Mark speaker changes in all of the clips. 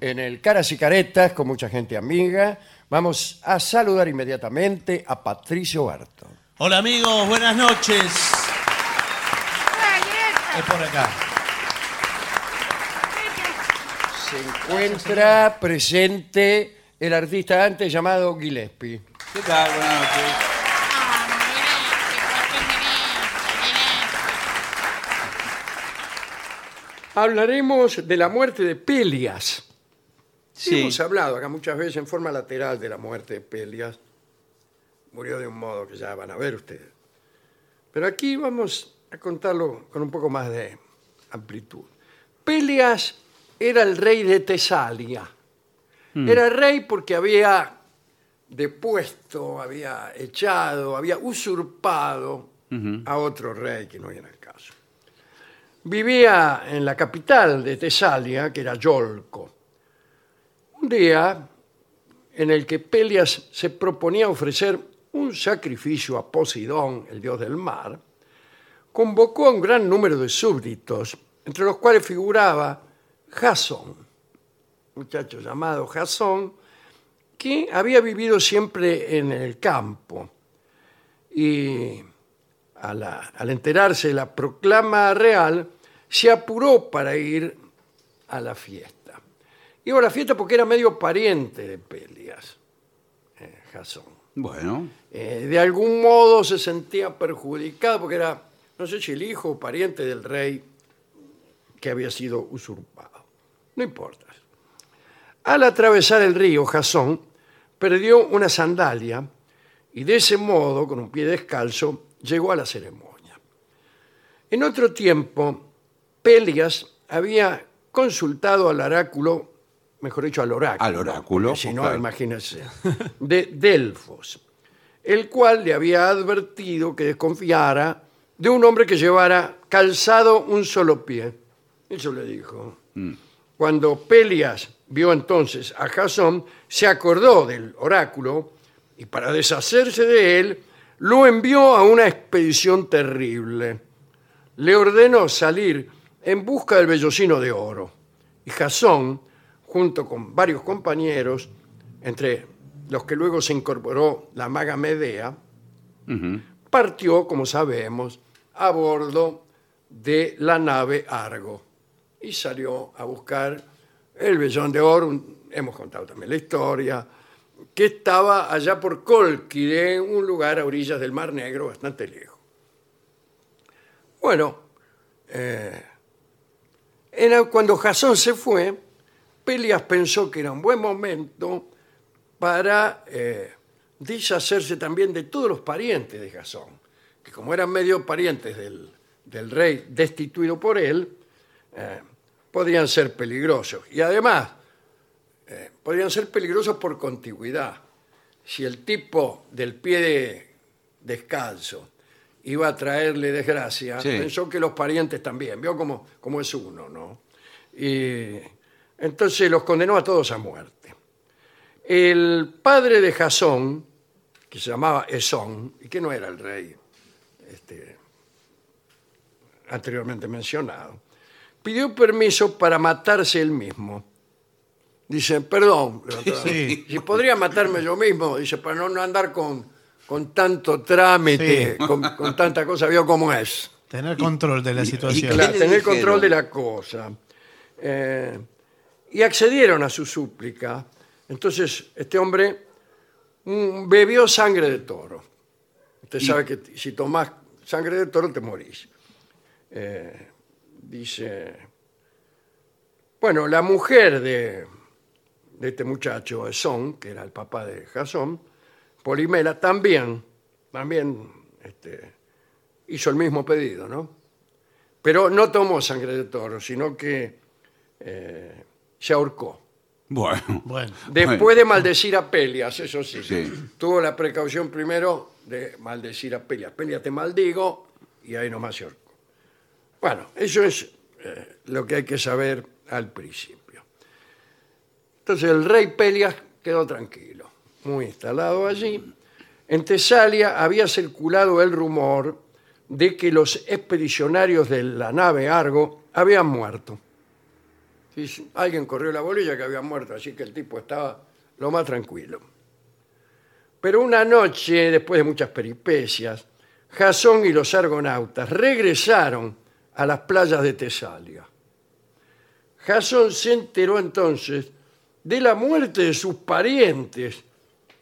Speaker 1: en el Caras y Caretas con mucha gente amiga. Vamos a saludar inmediatamente a Patricio Barto.
Speaker 2: Hola amigos, buenas noches. Es por acá.
Speaker 1: Se encuentra presente el artista antes llamado Gillespie.
Speaker 2: ¿Qué tal? Buenas noches.
Speaker 1: Hablaremos de la muerte de Pelias.
Speaker 3: Sí.
Speaker 1: Hemos hablado acá muchas veces en forma lateral de la muerte de Pelias. Murió de un modo que ya van a ver ustedes. Pero aquí vamos a contarlo con un poco más de amplitud. Pelias era el rey de Tesalia. Era rey porque había depuesto, había echado, había usurpado a otro rey que no viene al caso. Vivía en la capital de Tesalia, que era Yolco. Un día en el que Pelias se proponía ofrecer un sacrificio a Poseidón, el dios del mar, convocó a un gran número de súbditos, entre los cuales figuraba Jasón, muchacho llamado Jasón, que había vivido siempre en el campo. Y a la- al enterarse de la proclama real, se apuró para ir a la fiesta. Iba a la fiesta porque era medio pariente de Pelias, eh, Jasón.
Speaker 3: Bueno,
Speaker 1: Eh, de algún modo se sentía perjudicado porque era, no sé si el hijo o pariente del rey que había sido usurpado. No importa. Al atravesar el río Jasón, perdió una sandalia y de ese modo, con un pie descalzo, llegó a la ceremonia. En otro tiempo, Pelias había consultado al oráculo, mejor dicho, al oráculo.
Speaker 3: Al oráculo,
Speaker 1: porque Si no,
Speaker 3: claro.
Speaker 1: imagínense. De Delfos, el cual le había advertido que desconfiara de un hombre que llevara calzado un solo pie. Eso le dijo. Cuando Pelias vio entonces a Jasón, se acordó del oráculo y para deshacerse de él, lo envió a una expedición terrible. Le ordenó salir en busca del vellocino de oro. Y Jasón, junto con varios compañeros, entre los que luego se incorporó la maga Medea, partió, como sabemos, a bordo de la nave Argo y salió a buscar el vellón de oro. un- Hemos contado también la historia, que estaba allá por Colquide, un lugar a orillas del Mar Negro, bastante lejos. Bueno, eh, era cuando Jasón se fue, Pelias pensó que era un buen momento para eh, deshacerse también de todos los parientes de Jasón, que como eran medio parientes del, del rey destituido por él, eh, podían ser peligrosos. Y además, eh, podrían ser peligrosos por contigüidad. Si el tipo del pie de- descalzo iba a traerle desgracia,
Speaker 3: Sí.
Speaker 1: pensó que los parientes también, vio como, como es uno, ¿no? Y entonces los condenó a todos a muerte. El padre de Jasón, que se llamaba Esón, y que no era el rey este, anteriormente mencionado, pidió permiso para matarse él mismo. Dice, perdón, levantó la mano.
Speaker 2: Sí.
Speaker 1: si podría matarme yo mismo, dice, para no, no andar con, con tanto trámite, con, con tanta cosa, vio cómo es.
Speaker 2: Tener control de la situación.
Speaker 3: ¿Qué
Speaker 1: Claro,
Speaker 3: le
Speaker 1: tener
Speaker 3: dijeron?
Speaker 1: control de la cosa. Eh, y accedieron a su súplica. Entonces, este hombre mm, bebió sangre de toro. Usted sabe que t- si tomás sangre de toro te morís. Eh, dice, bueno, la mujer de, de este muchacho, Esón, que era el papá de Jasón, Polimela, también, también este, hizo el mismo pedido, ¿no? pero no tomó sangre de toro, sino que eh, se ahorcó.
Speaker 3: Bueno.
Speaker 2: Bueno.
Speaker 1: Después de maldecir a Pelias, eso sí.
Speaker 3: Sí.
Speaker 1: Tuvo la precaución primero de maldecir a Pelias. Pelias te maldigo y ahí nomás se ahorcó. Bueno, eso es eh, lo que hay que saber al principio. Entonces el rey Pelias quedó tranquilo, muy instalado allí. En Tesalia había circulado el rumor de que los expedicionarios de la nave Argo habían muerto. Sí, sí, alguien corrió la bolilla que había muerto, así que el tipo estaba lo más tranquilo. Pero una noche, después de muchas peripecias, Jasón y los argonautas regresaron a las playas de Tesalia. Jasón se enteró entonces de la muerte de sus parientes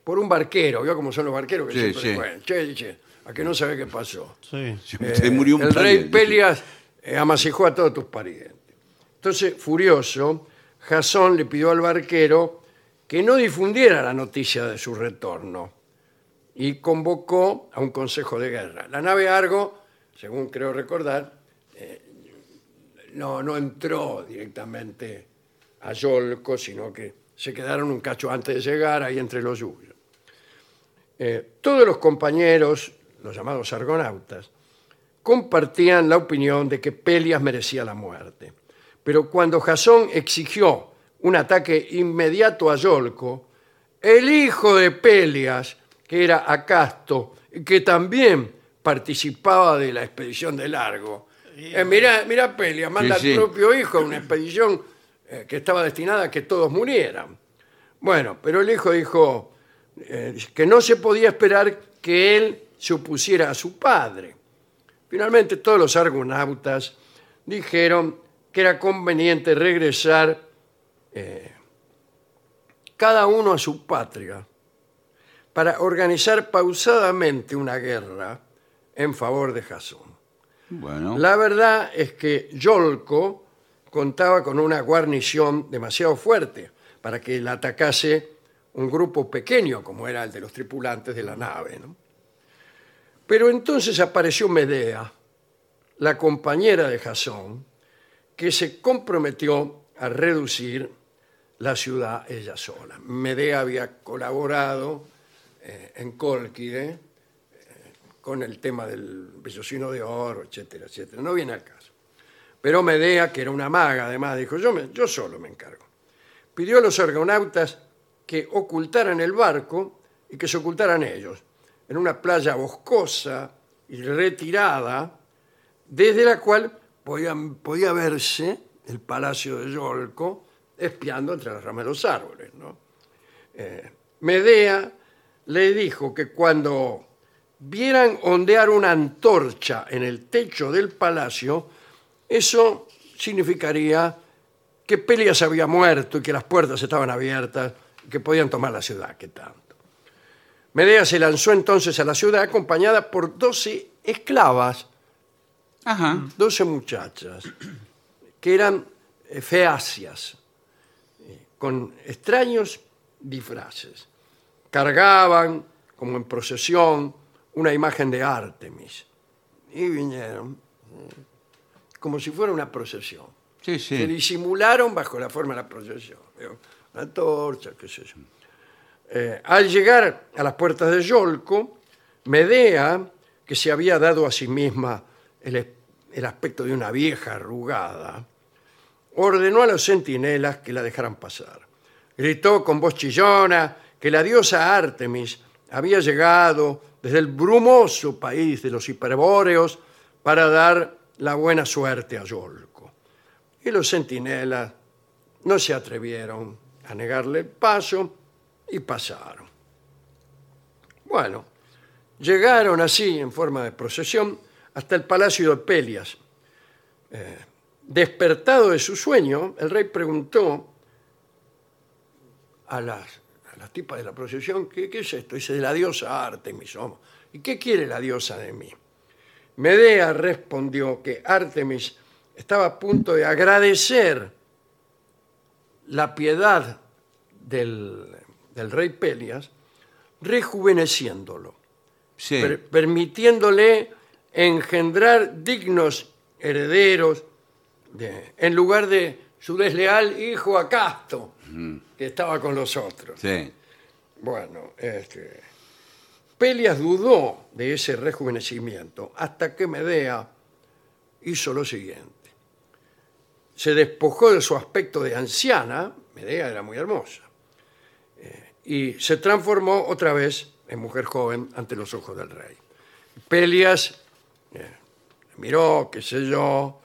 Speaker 1: por un barquero. ¿Vio cómo son los barqueros? Que
Speaker 3: Sí,
Speaker 1: siempre
Speaker 3: sí.
Speaker 1: cuentan? Che, che, a que no sabe qué pasó.
Speaker 2: Sí.
Speaker 3: Se murió un
Speaker 1: El rey
Speaker 3: pariente.
Speaker 1: Pelias eh, amasejó a todos tus parientes. Entonces, furioso, Jasón le pidió al barquero que no difundiera la noticia de su retorno y convocó a un consejo de guerra. La nave Argo, según creo recordar, eh, no, no entró directamente a Yolco, sino que se quedaron un cacho antes de llegar ahí entre los yuyos. Eh, todos los compañeros, los llamados argonautas, compartían la opinión de que Pelias merecía la muerte. Pero cuando Jasón exigió un ataque inmediato a Yolco, el hijo de Pelias, que era Acasto, y que también participaba de la expedición de Largo, eh, mirá, mirá Pelias, manda
Speaker 3: Sí, sí.
Speaker 1: al propio hijo a una expedición eh, que estaba destinada a que todos murieran. Bueno, pero el hijo dijo eh, que no se podía esperar que él se opusiera a su padre. Finalmente todos los argonautas dijeron que era conveniente regresar eh, cada uno a su patria para organizar pausadamente una guerra en favor de Jasón.
Speaker 3: Bueno.
Speaker 1: La verdad es que Yolco contaba con una guarnición demasiado fuerte para que la atacase un grupo pequeño como era el de los tripulantes de la nave. ¿no? Pero entonces apareció Medea, la compañera de Jasón, que se comprometió a reducir la ciudad ella sola. Medea había colaborado eh, en Cólquide con el tema del vellocino de oro, etcétera, etcétera. No viene al caso. Pero Medea, que era una maga además, dijo, yo, me- yo solo me encargo. Pidió a los argonautas que ocultaran el barco y que se ocultaran ellos, en una playa boscosa y retirada, desde la cual podían- podía verse el palacio de Yolco espiando entre las ramas de los árboles. ¿no? Eh, Medea le dijo que cuando vieran ondear una antorcha en el techo del palacio, eso significaría que Pelias había muerto y que las puertas estaban abiertas y que podían tomar la ciudad, que tanto. Medea se lanzó entonces a la ciudad acompañada por 12 esclavas,
Speaker 3: Ajá.
Speaker 1: 12 muchachas, que eran eh, feacias, eh, con extraños disfraces. Cargaban, como en procesión, una imagen de Artemis. Y vinieron, eh, como si fuera una procesión.
Speaker 3: Sí,
Speaker 1: Se
Speaker 3: sí.
Speaker 1: disimularon bajo la forma de la procesión. ¿vio? Una torcha, qué sé yo. Eh, al llegar a las puertas de Yolco, Medea, que se había dado a sí misma el, es- el aspecto de una vieja arrugada, ordenó a los centinelas que la dejaran pasar. Gritó con voz chillona que la diosa Artemis había llegado desde el brumoso país de los hiperbóreos para dar la buena suerte a Yolco. Y los centinelas no se atrevieron a negarle el paso y pasaron. Bueno, llegaron así, en forma de procesión, hasta el palacio de Pelias. Eh, despertado de su sueño, el rey preguntó a las, a las tipas de la procesión, ¿qué, qué es esto? Dice, de la diosa Artemis, somos. ¿Y qué quiere la diosa de mí? Medea respondió que Artemis estaba a punto de agradecer la piedad del, del rey Pelias, rejuveneciéndolo,
Speaker 3: Sí.
Speaker 1: per- permitiéndole engendrar dignos herederos de- en lugar de su desleal hijo Acasto, que que estaba con los otros.
Speaker 3: Sí.
Speaker 1: Bueno, este, Pelias dudó de ese rejuvenecimiento hasta que Medea hizo lo siguiente. Se despojó de su aspecto de anciana, Medea era muy hermosa, eh, y se transformó otra vez en mujer joven ante los ojos del rey. Pelias eh, miró, qué sé yo,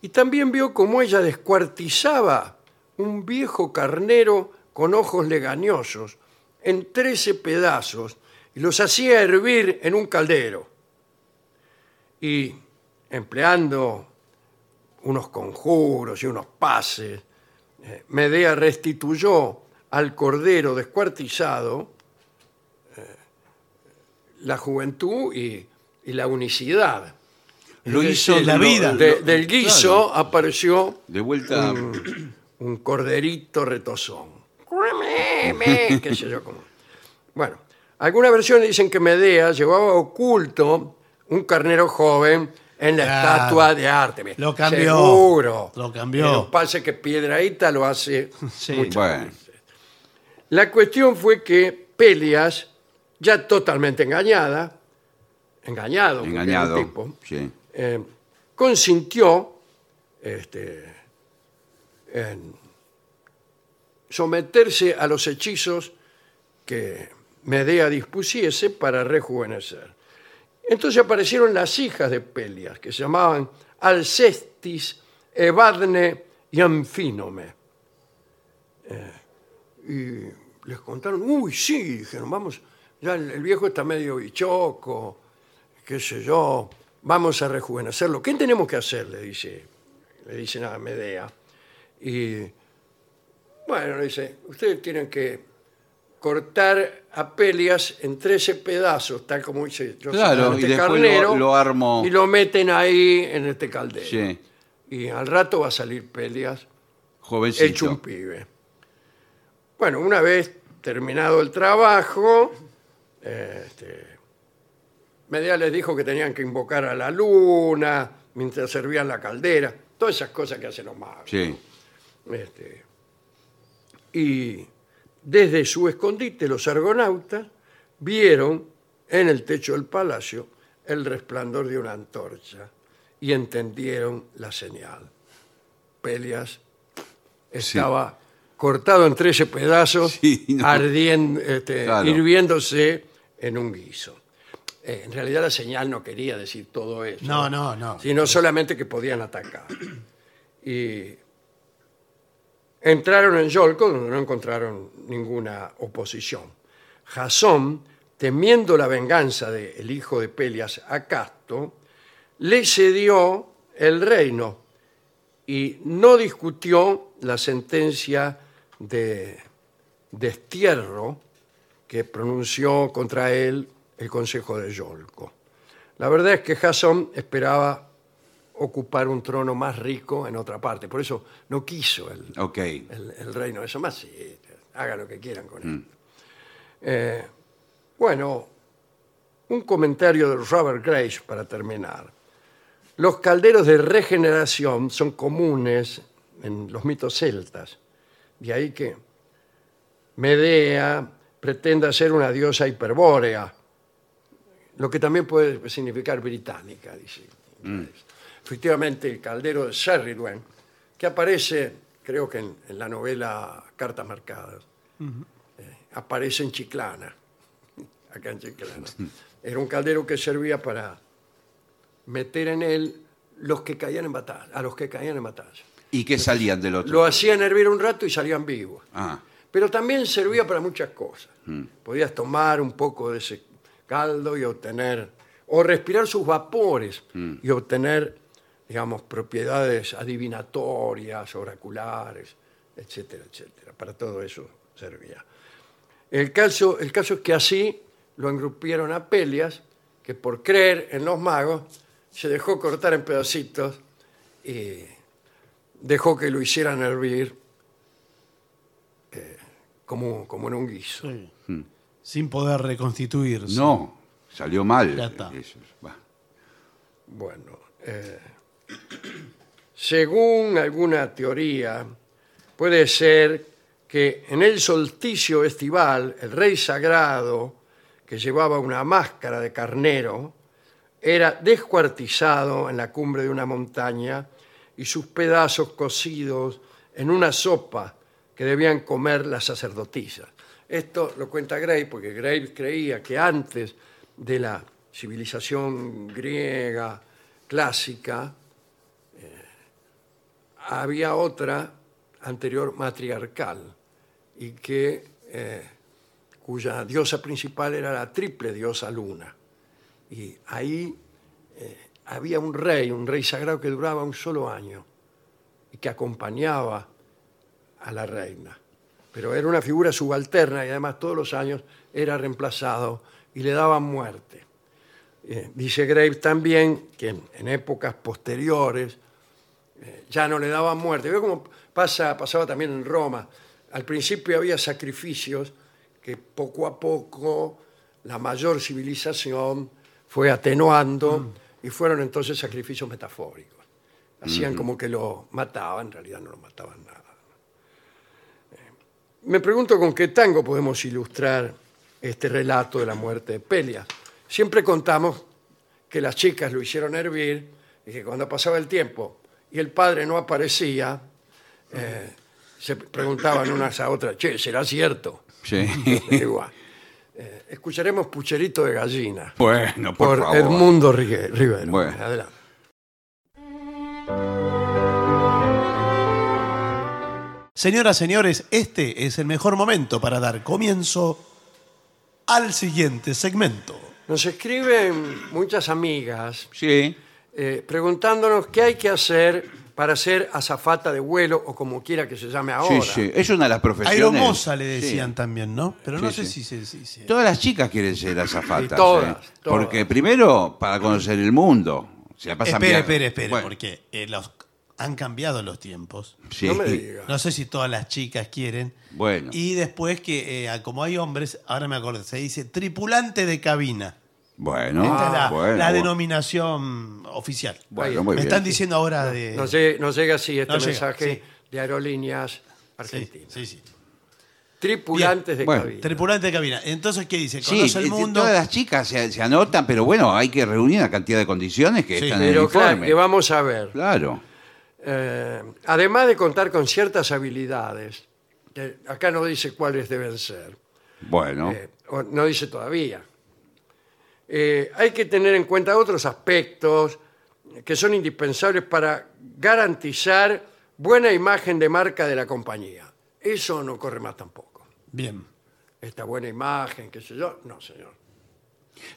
Speaker 1: y también vio cómo ella descuartizaba un viejo carnero con ojos legañosos en trece pedazos y los hacía hervir en un caldero. Y empleando unos conjuros y unos pases, eh, Medea restituyó al cordero descuartizado eh, la juventud y, y la unicidad.
Speaker 3: Lo
Speaker 1: Es
Speaker 3: hizo
Speaker 1: decir,
Speaker 2: la
Speaker 1: lo-
Speaker 2: vida.
Speaker 1: de- del guiso apareció
Speaker 3: De vuelta.
Speaker 1: un, un corderito retozón. ¡Cueme! qué sé yo cómo. Bueno, algunas versiones dicen que Medea llevaba oculto un carnero joven en la
Speaker 2: Claro.
Speaker 1: estatua de Artemis.
Speaker 2: Lo cambió.
Speaker 1: Seguro.
Speaker 2: Lo cambió.
Speaker 1: Pero pase que Piedraíta lo hace.
Speaker 2: Sí.
Speaker 1: mucho.
Speaker 3: Bueno.
Speaker 1: La cuestión fue que Pelias, ya totalmente engañada, engañado, porque era un
Speaker 3: Engañado.
Speaker 1: tipo,
Speaker 3: Sí.
Speaker 1: eh, consintió este, en someterse a los hechizos que Medea dispusiese para rejuvenecer. Entonces aparecieron las hijas de Pelias, que se llamaban Alcestis, Evadne y Anfínome. Eh, y les contaron, uy, sí, dijeron, vamos, ya el, el viejo está medio bichoco, qué sé yo, vamos a rejuvenecerlo. ¿Qué tenemos que hacer? Le dice, le dicen a Medea. Y bueno, le dice, ustedes tienen que cortar a Pelias en 13 pedazos, tal como hice yo
Speaker 3: Claro,
Speaker 1: con
Speaker 3: y después lo- lo armo.
Speaker 1: y lo meten ahí en este caldero.
Speaker 3: Sí.
Speaker 1: Y al rato va a salir Pelias hecho un
Speaker 3: Jovencito.
Speaker 1: pibe. Bueno, una vez terminado el trabajo, este, Medea les dijo que tenían que invocar a la luna mientras servían la caldera, todas esas cosas que hacen los magos.
Speaker 3: Sí.
Speaker 1: Este, y desde su escondite los argonautas vieron en el techo del palacio el resplandor de una antorcha y entendieron la señal. Pelias estaba cortado en 13 pedazos,
Speaker 3: Sí, no.
Speaker 1: ardiendo, este,
Speaker 3: Claro.
Speaker 1: hirviéndose en un guiso. Eh, en realidad la señal no quería decir todo eso
Speaker 2: No, no, no.
Speaker 1: sino solamente que podían atacar. Y entraron en Yolco, donde no encontraron ninguna oposición. Jasón, temiendo la venganza del hijo de Pelias a Casto, le cedió el reino y no discutió la sentencia de destierro que pronunció contra él el Consejo de Yolco. La verdad es que Jasón esperaba ocupar un trono más rico en otra parte, por eso no quiso el,
Speaker 3: Ok.
Speaker 1: el, el reino de más sí, haga lo que quieran con él. Eh, bueno, un comentario de Robert Grace para terminar. Los calderos de regeneración son comunes en los mitos celtas, de ahí que Medea pretenda ser una diosa hiperbórea, lo que también puede significar británica, dice. Efectivamente, el caldero de Sheridan, que aparece, creo que en, en la novela Cartas Marcadas, eh, aparece en Chiclana, acá en Chiclana. Era un caldero que servía para meter en él los que caían en batalla, a los que caían en batalla.
Speaker 3: ¿Y qué salían del otro?
Speaker 1: Lo hacían hervir un rato y salían vivos
Speaker 3: Ah.
Speaker 1: pero también servía para muchas cosas. Podías tomar un poco de ese caldo y obtener, o respirar sus vapores y obtener, digamos, propiedades adivinatorias, oraculares, etcétera, etcétera. Para todo eso servía. El caso, el caso es que así lo engrupieron a Pelias, que por creer en los magos se dejó cortar en pedacitos y dejó que lo hicieran hervir eh, como, como en un guiso.
Speaker 2: Sí. Sin poder reconstituirse.
Speaker 3: Hmm. No. Salió mal.
Speaker 2: Ya está.
Speaker 3: Eso. Va.
Speaker 1: Bueno, eh, según alguna teoría, puede ser que en el solsticio estival el rey sagrado, que llevaba una máscara de carnero, era descuartizado en la cumbre de una montaña y sus pedazos cocidos en una sopa que debían comer las sacerdotisas. Esto lo cuenta Graves porque Graves creía que antes de la civilización griega clásica eh, había otra anterior matriarcal y que eh, cuya diosa principal era la triple diosa Luna. Y ahí eh, había un rey, un rey sagrado que duraba un solo año y que acompañaba a la reina. Pero era una figura subalterna y además todos los años era reemplazado y le daban muerte. Eh, dice Graves también que en, en épocas posteriores eh, ya no le daban muerte. Veo cómo pasa, pasaba también en Roma. Al principio había sacrificios que poco a poco la mayor civilización fue atenuando y fueron entonces sacrificios metafóricos. Hacían como que lo mataban, en realidad no lo mataban nada. Eh, Me pregunto con qué tango podemos ilustrar este relato de la muerte de Pelias. Siempre contamos que las chicas lo hicieron hervir y que cuando pasaba el tiempo y el padre no aparecía, eh, se preguntaban unas a otras, che, ¿será cierto?
Speaker 3: Sí.
Speaker 1: Igual. Eh, escucharemos Pucherito de Gallina
Speaker 3: Bueno, por,
Speaker 1: por,
Speaker 3: favor.
Speaker 1: Edmundo Rigue- Rivero.
Speaker 3: Bueno.
Speaker 1: Adelante.
Speaker 2: Señoras, señores, este es el mejor momento para dar comienzo al siguiente segmento.
Speaker 1: Nos escriben muchas amigas
Speaker 3: Sí.
Speaker 1: eh, preguntándonos qué hay que hacer para ser azafata de vuelo o como quiera que se llame ahora.
Speaker 3: Sí, sí. Es una de las profesiones.
Speaker 2: Aeromoza le
Speaker 3: Sí.
Speaker 2: decían también, ¿no? Pero no
Speaker 3: Sí,
Speaker 2: sé
Speaker 3: sí.
Speaker 2: si se... si se-
Speaker 3: Todas las chicas quieren ser azafatas.
Speaker 1: Y todas,
Speaker 3: ¿eh?
Speaker 1: todas.
Speaker 3: Porque primero, para conocer el mundo. Se la pasan
Speaker 2: Espere,
Speaker 3: bien.
Speaker 2: espere, espere,
Speaker 3: Bueno,
Speaker 2: porque eh, los, han cambiado los tiempos.
Speaker 3: sí.
Speaker 1: No me diga.
Speaker 2: No sé si todas las chicas quieren.
Speaker 3: Bueno.
Speaker 2: Y después que, eh, como hay hombres, ahora me acordé, se dice tripulante de cabina.
Speaker 3: Bueno,
Speaker 2: Esta es la,
Speaker 3: Ah, bueno,
Speaker 2: la
Speaker 3: bueno.
Speaker 2: denominación oficial.
Speaker 3: Bueno, muy
Speaker 2: me
Speaker 3: bien.
Speaker 2: están diciendo ahora de...
Speaker 1: Nos, lle- nos llega así este
Speaker 2: No llega,
Speaker 1: mensaje
Speaker 2: sí.
Speaker 1: de Aerolíneas
Speaker 2: sí,
Speaker 1: Argentinas.
Speaker 2: sí, sí.
Speaker 1: Tripulantes de
Speaker 3: Bueno,
Speaker 1: cabina.
Speaker 2: Tripulante de cabina. Entonces, ¿qué dice?
Speaker 3: Sí,
Speaker 2: Conoce el
Speaker 3: eh,
Speaker 2: mundo.
Speaker 3: todas las chicas se, se anotan, pero bueno, hay que reunir una cantidad de condiciones que
Speaker 2: Sí,
Speaker 3: están en el
Speaker 1: Pero claro,
Speaker 3: informe.
Speaker 1: que vamos a ver.
Speaker 3: Claro.
Speaker 1: Eh, además de contar con ciertas habilidades, que acá no dice cuáles deben ser.
Speaker 3: Bueno,
Speaker 1: Eh, o no dice todavía. Eh, hay que tener en cuenta otros aspectos que son indispensables para garantizar buena imagen de marca de la compañía. Eso no corre más tampoco.
Speaker 2: Bien.
Speaker 1: Esta buena imagen, qué sé yo, no, señor.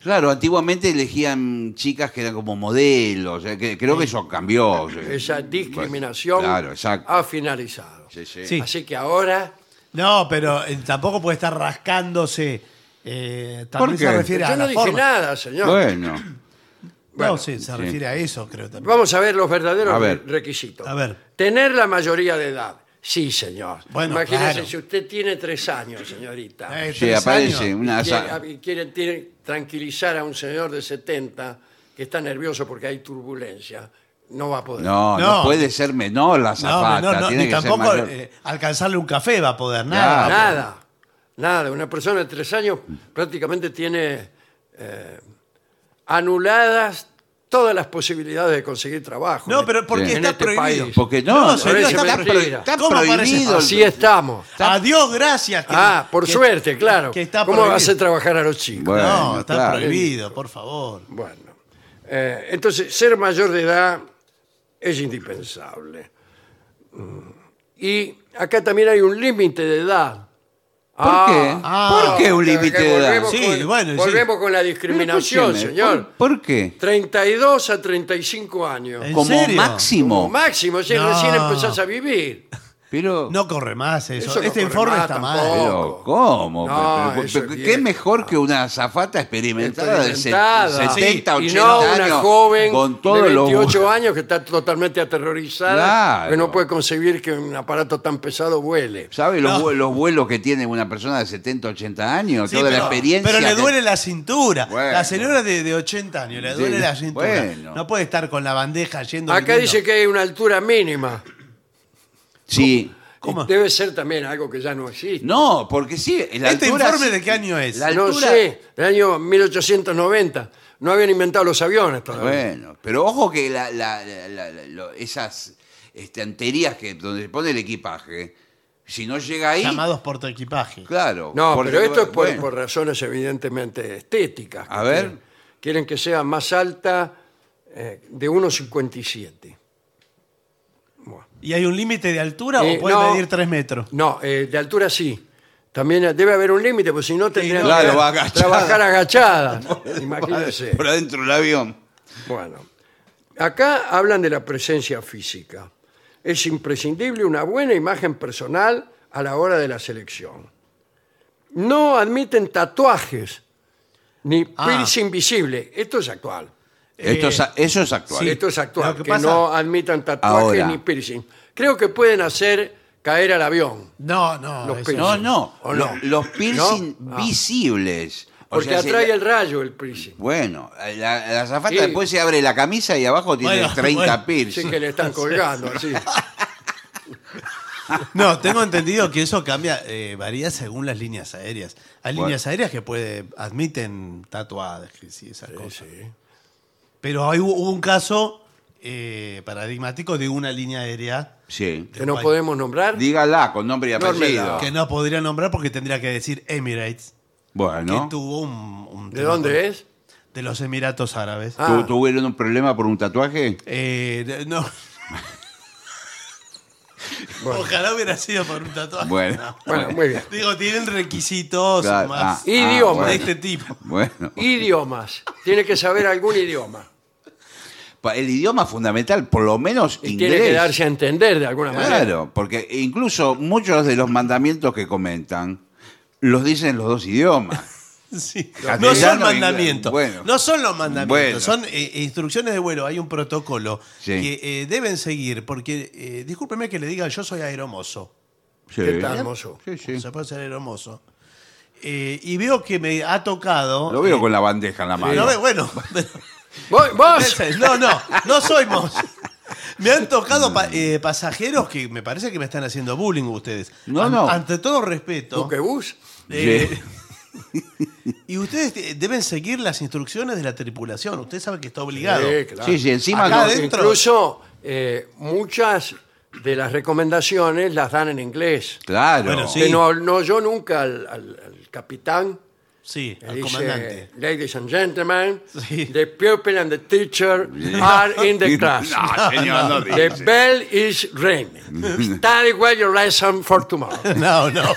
Speaker 3: claro, antiguamente elegían chicas que eran como modelos, eh, que- creo que eso cambió. sí.
Speaker 1: Esa discriminación
Speaker 3: Bueno, claro, exacto.
Speaker 1: ha finalizado.
Speaker 3: Sí, sí.
Speaker 2: Ah, Sí.
Speaker 1: Así que ahora,
Speaker 2: No, pero eh, tampoco puede estar rascándose. Eh, también
Speaker 3: ¿Por qué?
Speaker 2: se refiere
Speaker 1: yo
Speaker 2: a
Speaker 1: no
Speaker 2: la
Speaker 1: dije
Speaker 2: forma.
Speaker 1: nada, señor.
Speaker 3: Bueno,
Speaker 2: no, sí, se refiere a eso, creo también.
Speaker 1: Vamos a ver los verdaderos
Speaker 3: A ver.
Speaker 1: requisitos.
Speaker 2: A ver.
Speaker 1: Tener la mayoría de edad. Sí, señor.
Speaker 2: Bueno,
Speaker 1: Imagínese
Speaker 2: claro.
Speaker 1: si usted tiene tres años, señorita.
Speaker 2: Eh,
Speaker 3: sí,
Speaker 2: tres
Speaker 3: aparece
Speaker 2: años.
Speaker 3: una...
Speaker 1: y quiere,
Speaker 3: asa-
Speaker 1: y quiere- tiene- tranquilizar a un señor de 70 que está nervioso porque hay turbulencia. No va a poder.
Speaker 3: No, no,
Speaker 2: No.
Speaker 3: puede ser menor la
Speaker 2: No,
Speaker 3: zapata,
Speaker 2: no, no,
Speaker 3: tiene
Speaker 2: ni
Speaker 3: que ser
Speaker 2: tampoco
Speaker 3: mayor.
Speaker 2: eh, alcanzarle un café va a poder, nada.
Speaker 3: Claro.
Speaker 1: nada. Nada. Una persona de tres años prácticamente tiene eh, anuladas todas las posibilidades de conseguir trabajo.
Speaker 2: No, pero porque
Speaker 3: Sí.
Speaker 1: En
Speaker 2: está
Speaker 1: este
Speaker 2: prohibido.
Speaker 1: país.
Speaker 3: Porque no,
Speaker 2: No, señor,
Speaker 3: parece
Speaker 1: está
Speaker 3: mentira.
Speaker 1: prohibido.
Speaker 3: Está
Speaker 2: ¿Cómo parece?
Speaker 3: prohibido.
Speaker 1: Así estamos.
Speaker 2: A Dios gracias. que-
Speaker 1: Ah, por
Speaker 2: que-
Speaker 1: suerte, claro.
Speaker 2: que está
Speaker 1: ¿Cómo
Speaker 2: prohibido.
Speaker 1: vas a trabajar a los chicos?
Speaker 3: Bueno,
Speaker 2: no, está
Speaker 3: claro.
Speaker 2: prohibido, por favor.
Speaker 1: Bueno, eh, entonces ser mayor de edad es indispensable. Mm, Y acá también hay un límite de edad. Ah,
Speaker 3: ¿Por
Speaker 2: Ah,
Speaker 3: qué? ¿Por qué un límite de edad?
Speaker 1: volvemos
Speaker 2: Sí,
Speaker 1: con-
Speaker 2: bueno, sí.
Speaker 1: volvemos con la
Speaker 3: Pero
Speaker 1: discriminación,
Speaker 3: escúcheme,
Speaker 1: señor.
Speaker 3: ¿Por, por qué?
Speaker 1: 32 a 35 años.
Speaker 2: ¿En
Speaker 3: Como
Speaker 2: serio?
Speaker 3: máximo.
Speaker 1: Como máximo, si
Speaker 2: No.
Speaker 1: recién empezás a vivir.
Speaker 3: Pero,
Speaker 2: No corre más eso.
Speaker 1: Eso no
Speaker 2: este
Speaker 1: corre
Speaker 2: informe
Speaker 1: más
Speaker 2: está
Speaker 1: tampoco.
Speaker 2: mal.
Speaker 3: pero ¿cómo?
Speaker 1: No,
Speaker 3: Pero-
Speaker 1: eso
Speaker 3: pero-
Speaker 1: es
Speaker 3: ¿Qué
Speaker 1: viejo.
Speaker 3: mejor que una azafata experimentada, de se-
Speaker 1: Experimentada.
Speaker 3: 70,
Speaker 1: y
Speaker 3: 80
Speaker 1: no una
Speaker 3: años?
Speaker 1: joven
Speaker 3: con todo
Speaker 1: de
Speaker 3: lo-
Speaker 1: 28 años que está totalmente aterrorizada,
Speaker 3: Claro.
Speaker 1: que no puede concebir que un aparato tan pesado vuele.
Speaker 3: ¿Sabe los,
Speaker 2: No.
Speaker 3: vuelos, los vuelos que tiene una persona de 70, 80 años?
Speaker 2: Sí,
Speaker 3: toda
Speaker 2: pero,
Speaker 3: la experiencia.
Speaker 2: pero le
Speaker 3: que-
Speaker 2: duele la cintura.
Speaker 3: Bueno.
Speaker 2: La señora de, de 80 años, le
Speaker 3: Sí,
Speaker 2: duele la cintura.
Speaker 3: bueno.
Speaker 2: No puede estar con la bandeja yendo.
Speaker 1: Acá dice que hay una altura mínima.
Speaker 3: Sí.
Speaker 2: ¿Cómo?
Speaker 1: Debe ser también algo que ya no existe.
Speaker 3: No, porque sí. la
Speaker 2: ¿Este
Speaker 3: altura
Speaker 2: informe
Speaker 3: sí-
Speaker 2: de qué año es?
Speaker 3: La
Speaker 1: No
Speaker 3: altura-
Speaker 1: sé, del año 1890. No habían inventado los aviones todavía.
Speaker 3: Bueno, pero ojo que la- la- la- la- la- lo- esas estanterías que, donde se pone el equipaje, si no llega ahí.
Speaker 2: Llamados portaequipaje.
Speaker 3: Claro.
Speaker 1: No,
Speaker 3: porque-
Speaker 1: pero esto es por,
Speaker 3: bueno,
Speaker 1: por razones evidentemente estéticas. que
Speaker 3: A ver.
Speaker 1: Quieren, Quieren que sea más alta eh, de 1,57. Bueno.
Speaker 2: ¿Y hay un límite de altura
Speaker 1: Eh,
Speaker 2: o pueden
Speaker 1: no.
Speaker 2: medir 3 metros?
Speaker 1: No, eh, de altura sí. También debe haber un límite, porque si no tendrían
Speaker 3: no, claro,
Speaker 1: que
Speaker 3: va agachada.
Speaker 1: trabajar agachada. Imagínense.
Speaker 3: Por adentro del avión.
Speaker 1: Bueno, acá hablan de la presencia física. Es imprescindible una buena imagen personal a la hora de la selección. No admiten tatuajes ni
Speaker 2: Ah.
Speaker 1: piercing visible. Esto es actual. Eh,
Speaker 3: Esto es a- eso es actual.
Speaker 2: sí.
Speaker 1: Esto es actual.
Speaker 2: Lo que
Speaker 1: Que,
Speaker 2: pasa-
Speaker 1: no admitan tatuajes
Speaker 3: Ahora.
Speaker 1: ni piercing. Creo que pueden hacer caer al avión.
Speaker 2: No, no.
Speaker 1: Los
Speaker 2: eso-
Speaker 1: pe-
Speaker 3: Eh, No, no.
Speaker 1: ¿O no?
Speaker 3: lo- Los piercing
Speaker 1: ¿No? Ah.
Speaker 3: visibles. O
Speaker 1: Porque
Speaker 3: sea, se-
Speaker 1: atrae el rayo el piercing.
Speaker 3: Bueno, la, la azafata
Speaker 1: Sí.
Speaker 3: después se abre la camisa y abajo tiene
Speaker 2: Bueno,
Speaker 3: 30
Speaker 2: bueno.
Speaker 3: piercing.
Speaker 1: Sí que le están colgando, así.
Speaker 2: No, tengo entendido que eso cambia, eh, varía según las líneas aéreas. Hay
Speaker 3: Bueno.
Speaker 2: líneas aéreas que puede, admiten tatuajes y esas cosas. Pero hay, hubo un caso eh, paradigmático de una línea aérea
Speaker 3: Sí.
Speaker 1: Que no podemos nombrar.
Speaker 3: Dígala con nombre y apellido.
Speaker 1: Nómela.
Speaker 2: que no podría nombrar porque tendría que decir Emirates,
Speaker 3: Bueno,
Speaker 2: que tuvo un... un
Speaker 1: ¿De
Speaker 2: tema con-
Speaker 1: dónde es?
Speaker 2: De los Emiratos Árabes.
Speaker 1: Ah.
Speaker 3: ¿tu- ¿tuvieron un problema por un tatuaje?
Speaker 2: Eh, de- no.
Speaker 1: Bueno.
Speaker 2: Ojalá hubiera sido por un tatuaje.
Speaker 3: Bueno.
Speaker 2: No.
Speaker 1: Bueno, muy bien.
Speaker 2: Digo, tienen requisitos
Speaker 3: Claro,
Speaker 2: más
Speaker 3: ah,
Speaker 2: de
Speaker 1: Idioma.
Speaker 3: bueno.
Speaker 2: este tipo.
Speaker 3: Bueno,
Speaker 1: Idiomas. Tiene que saber algún idioma.
Speaker 3: Pa- el idioma es fundamental, por lo menos
Speaker 1: Y
Speaker 3: inglés.
Speaker 1: tiene que darse a entender de alguna manera.
Speaker 3: Claro, porque incluso muchos de los mandamientos que comentan los dicen los dos idiomas.
Speaker 2: Sí.
Speaker 3: Castellano,
Speaker 2: No son
Speaker 3: inglés.
Speaker 2: mandamientos.
Speaker 3: Bueno.
Speaker 2: No son los mandamientos.
Speaker 3: Bueno.
Speaker 2: Son eh, instrucciones de vuelo. Hay un protocolo
Speaker 3: Sí.
Speaker 2: que eh, deben seguir. Porque, eh, discúlpeme que le diga, yo soy aeromozo.
Speaker 3: Sí.
Speaker 1: ¿Qué tal, mozo?
Speaker 3: Sí, sí.
Speaker 2: Se puede ser aeromozo. Eh, y veo que me ha tocado.
Speaker 3: Lo veo
Speaker 2: eh,
Speaker 3: con la bandeja en la mano.
Speaker 2: lo veo- bueno.
Speaker 1: Vos- vos,
Speaker 2: No, no, no soy mozo. Me han tocado pa- eh, pasajeros que me parece que me están haciendo bullying ustedes.
Speaker 3: No, no.
Speaker 2: Ante todo respeto.
Speaker 1: buquebús,
Speaker 2: Eh, y ustedes te- deben seguir las instrucciones de la tripulación. Usted sabe que está obligado.
Speaker 1: Sí, claro.
Speaker 3: Sí, sí, encima
Speaker 2: Acá
Speaker 3: no-
Speaker 2: de- adentro.
Speaker 1: Incluso eh, muchas de las recomendaciones las dan en inglés.
Speaker 3: Claro.
Speaker 2: Bueno, sí.
Speaker 1: Que no, no yo nunca al, al- al capitán.
Speaker 2: Sí,
Speaker 1: le
Speaker 2: al
Speaker 1: dice,
Speaker 2: comandante.
Speaker 1: Ladies and gentlemen,
Speaker 2: Sí.
Speaker 1: the pupil and the teacher are in the class.
Speaker 3: No, señor, no,
Speaker 1: The
Speaker 3: dice.
Speaker 1: bell is
Speaker 3: Mm-hmm.
Speaker 1: ringing. Study well your lesson for tomorrow.
Speaker 2: No, no.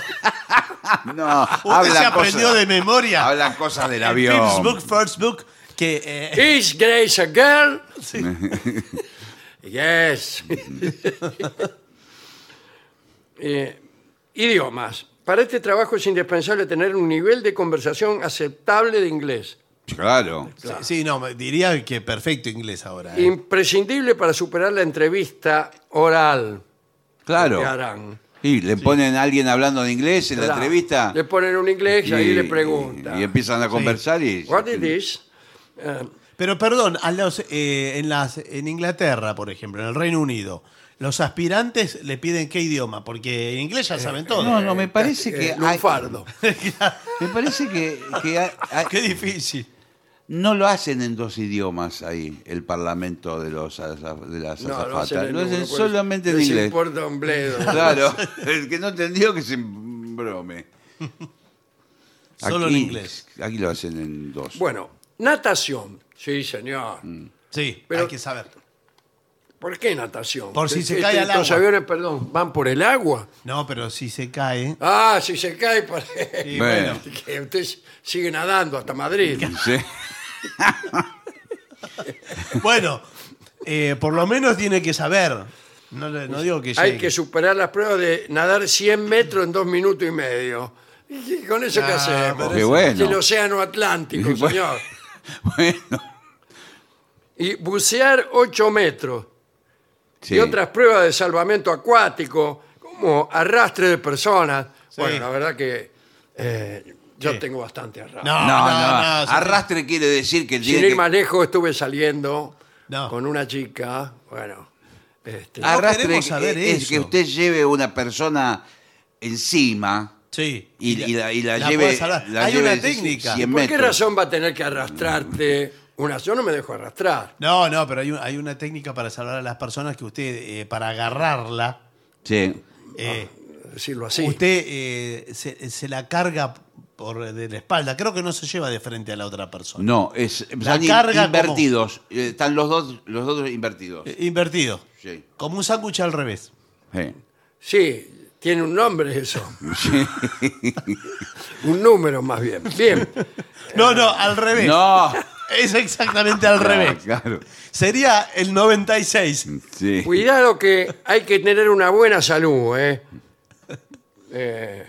Speaker 3: No,
Speaker 2: Usted se
Speaker 3: hablan
Speaker 2: aprendió
Speaker 3: cosas-
Speaker 2: de memoria.
Speaker 3: Hablan cosas del
Speaker 2: El
Speaker 3: avión.
Speaker 2: First book, first book, que eh,
Speaker 1: Is Grace a girl? yes.
Speaker 3: Mm-hmm.
Speaker 1: Eh, idiomas. Para este trabajo es indispensable tener un nivel de conversación aceptable de inglés.
Speaker 3: Claro.
Speaker 2: sí, sí, no, me- diría que perfecto inglés ahora. eh.
Speaker 1: Imprescindible para superar la entrevista oral que
Speaker 3: Claro.
Speaker 1: harán.
Speaker 3: Y le ponen a alguien hablando en inglés en la
Speaker 1: Claro.
Speaker 3: entrevista.
Speaker 1: Le ponen un inglés y, ahí le preguntan.
Speaker 3: Y, empiezan a conversar y.
Speaker 1: What is this? Eh,
Speaker 2: Pero perdón, a los, eh, en, las, en Inglaterra, por ejemplo, en el Reino Unido, los aspirantes le piden qué idioma, porque en inglés ya saben todo.
Speaker 3: Eh, No, no, me parece que.
Speaker 1: eh,
Speaker 3: hay-
Speaker 1: lunfardo.
Speaker 3: me parece que, que hay- hay-
Speaker 2: Qué difícil.
Speaker 3: no lo hacen en dos idiomas ahí, el parlamento de, los, azaf- de las
Speaker 1: No, lo hacen,
Speaker 3: azafatas.
Speaker 1: en
Speaker 3: Lo
Speaker 1: uno,
Speaker 3: hacen
Speaker 1: pues,
Speaker 3: solamente en
Speaker 1: les
Speaker 3: inglés.
Speaker 1: importa un bledo.
Speaker 3: Claro, el que no entendió que se brome.
Speaker 2: Solo en
Speaker 3: Aquí-
Speaker 2: inglés.
Speaker 3: Aquí lo hacen en dos.
Speaker 1: Bueno, natación. Sí, señor.
Speaker 3: Mm.
Speaker 2: Sí,
Speaker 1: Pero-
Speaker 2: hay que saber.
Speaker 1: ¿Por qué natación?
Speaker 2: Por si se
Speaker 1: Este-
Speaker 2: cae al
Speaker 1: Estos
Speaker 2: agua.
Speaker 1: aviones, perdón, van por el agua.
Speaker 2: No, pero si se cae.
Speaker 1: Ah, si se cae, para...
Speaker 2: y
Speaker 3: Bueno.
Speaker 2: bueno,
Speaker 1: que usted sigue nadando hasta Madrid.
Speaker 3: Sí.
Speaker 2: Bueno, eh, por lo menos tiene que saber. No, le- no digo que
Speaker 1: Hay
Speaker 2: llegue.
Speaker 1: que superar las pruebas de nadar 100 metros en dos minutos y medio. ¿Y con eso qué
Speaker 2: Ah,
Speaker 1: hacemos?
Speaker 2: pero
Speaker 3: Qué bueno.
Speaker 1: El océano Atlántico,
Speaker 3: Y bueno.
Speaker 1: señor.
Speaker 3: Bueno.
Speaker 1: Y bucear 8 metros.
Speaker 3: Sí.
Speaker 1: Y otras pruebas de salvamento acuático, como arrastre de personas.
Speaker 2: Sí.
Speaker 1: Bueno, la verdad que eh, yo
Speaker 2: Sí.
Speaker 1: tengo bastante arrastre.
Speaker 2: No,
Speaker 3: No,
Speaker 2: no,
Speaker 3: no.
Speaker 2: no. sí.
Speaker 3: Arrastre quiere decir que
Speaker 1: Sin
Speaker 3: tiene
Speaker 1: ir
Speaker 3: que...
Speaker 1: más lejos, estuve saliendo
Speaker 2: No.
Speaker 1: con una chica, bueno, Este,
Speaker 2: Ah.
Speaker 3: Arrastre
Speaker 2: queremos saber
Speaker 3: es
Speaker 2: eso.
Speaker 3: que usted lleve una persona encima
Speaker 2: Sí.
Speaker 3: y, y la, y la lleve.
Speaker 2: puede salvar.
Speaker 3: la
Speaker 2: Hay
Speaker 3: lleve
Speaker 2: una técnica.
Speaker 3: 100
Speaker 1: ¿Por qué
Speaker 3: metros.
Speaker 1: razón va a tener que arrastrarte una? Yo no me dejo arrastrar.
Speaker 2: No, no, pero hay, un- hay una técnica para salvar a las personas que usted, eh, para agarrarla,
Speaker 3: Sí.
Speaker 2: eh,
Speaker 3: Ah,
Speaker 1: Decirlo así.
Speaker 2: usted eh, se, se la carga por de la espalda. Creo que no se lleva de frente a la otra persona.
Speaker 3: No, es,
Speaker 2: La
Speaker 3: están in-
Speaker 2: carga como-
Speaker 3: invertidos. Eh, Están los dos, los dos invertidos.
Speaker 2: Eh, invertido.
Speaker 3: Sí.
Speaker 2: Como un sándwich al revés.
Speaker 3: Sí.
Speaker 1: Sí, tiene un nombre eso. un número más bien. Bien.
Speaker 2: No, no, al revés.
Speaker 3: Eh, No.
Speaker 2: Es exactamente al revés.
Speaker 3: Claro.
Speaker 2: Sería el 96.
Speaker 3: Mm. Sí.
Speaker 1: Cuidado que hay que tener una buena salud, ¿eh? Eh,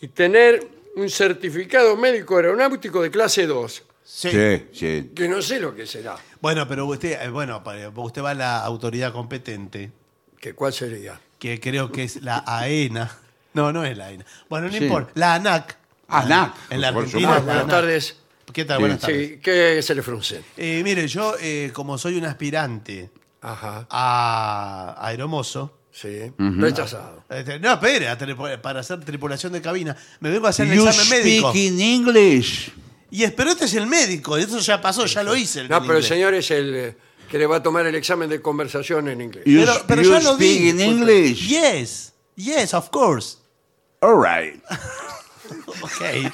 Speaker 1: y tener un certificado médico aeronáutico de clase 2,
Speaker 2: Sí.
Speaker 3: Sí, sí.
Speaker 1: que no sé lo que será,
Speaker 2: Bueno, pero usted, eh, bueno, para- usted va a la autoridad competente,
Speaker 1: que cuál sería.
Speaker 2: que creo que es la AENA. No, no es la AENA. Bueno, no
Speaker 3: Sí. Ah,
Speaker 2: importa. La ANAC.
Speaker 3: ANAC,
Speaker 2: En la
Speaker 3: por
Speaker 2: Argentina.
Speaker 1: Ah,
Speaker 2: es
Speaker 3: supuesto.
Speaker 2: la
Speaker 1: buenas
Speaker 2: ANAC.
Speaker 1: tardes.
Speaker 2: ¿Qué tal?
Speaker 3: Sí.
Speaker 2: Buenas tardes.
Speaker 1: Sí, que se le fruncen.
Speaker 2: Eh, mire, yo eh, como soy un aspirante
Speaker 1: Ajá,
Speaker 2: a aeromozo,
Speaker 1: sí. Rechazado.
Speaker 2: este, no, espere, a tripu- para hacer tripulación de cabina, me vengo a hacer el
Speaker 3: You
Speaker 2: examen médico.
Speaker 3: speak in English.
Speaker 2: Y espero este es el médico, eso ya pasó, ya lo hice.
Speaker 1: No, pero el
Speaker 2: inglés.
Speaker 1: señor es el eh, que le va a tomar el examen de conversación en inglés.
Speaker 3: You,
Speaker 2: Pero, pero
Speaker 3: you
Speaker 2: ya lo
Speaker 3: speak
Speaker 2: di.
Speaker 3: in
Speaker 2: disculpe.
Speaker 3: English.
Speaker 2: Yes, yes, of course.
Speaker 3: All right.
Speaker 2: Ok.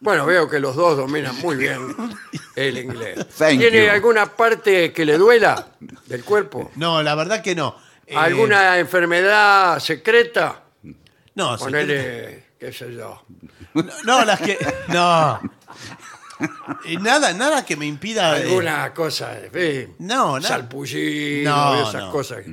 Speaker 1: Bueno, veo que los dos dominan muy bien el inglés.
Speaker 3: Thank
Speaker 1: ¿Tiene
Speaker 3: you.
Speaker 1: alguna parte que le duela del cuerpo?
Speaker 2: No, la verdad que no. Eh,
Speaker 1: ¿Alguna enfermedad secreta?
Speaker 2: No, sí,
Speaker 1: Ponele, qué sé yo.
Speaker 2: no, las que. No. Eh, nada, nada que me impida. eh,
Speaker 1: Alguna cosa, en fin.
Speaker 2: No, no.
Speaker 1: Salpullido,
Speaker 2: No,
Speaker 1: esas
Speaker 2: no. Mm.
Speaker 1: cosas.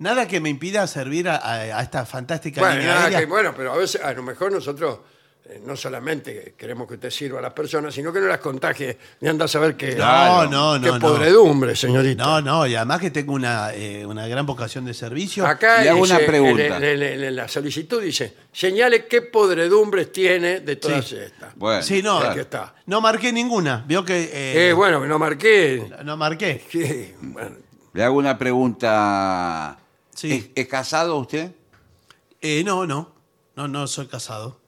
Speaker 2: nada que me impida servir a, a- a esta fantástica
Speaker 1: Bueno,
Speaker 2: línea
Speaker 1: nada
Speaker 2: aérea.
Speaker 1: que- bueno, pero a veces, a lo mejor nosotros eh, no solamente queremos que usted sirva a las personas, sino que no las contagie ni anda a saber qué,
Speaker 2: No, no, no,
Speaker 1: qué
Speaker 2: no.
Speaker 1: podredumbre, señorita.
Speaker 2: No, no, y además que tengo una, eh, una gran vocación de servicio.
Speaker 1: Acá
Speaker 3: Le hago
Speaker 1: dice,
Speaker 3: una pregunta.
Speaker 1: en el- en el- en la solicitud dice, señale qué podredumbres tiene de todas
Speaker 2: Sí.
Speaker 1: estas.
Speaker 3: Bueno,
Speaker 2: sí, no,
Speaker 1: Aquí está.
Speaker 2: no marqué ninguna. Vio que. eh,
Speaker 1: Eh, bueno, no marqué.
Speaker 2: No marqué.
Speaker 1: Sí, bueno.
Speaker 3: Le hago una pregunta.
Speaker 2: Sí.
Speaker 3: ¿Es, es casado usted?
Speaker 2: Eh, no, no. No, no soy casado.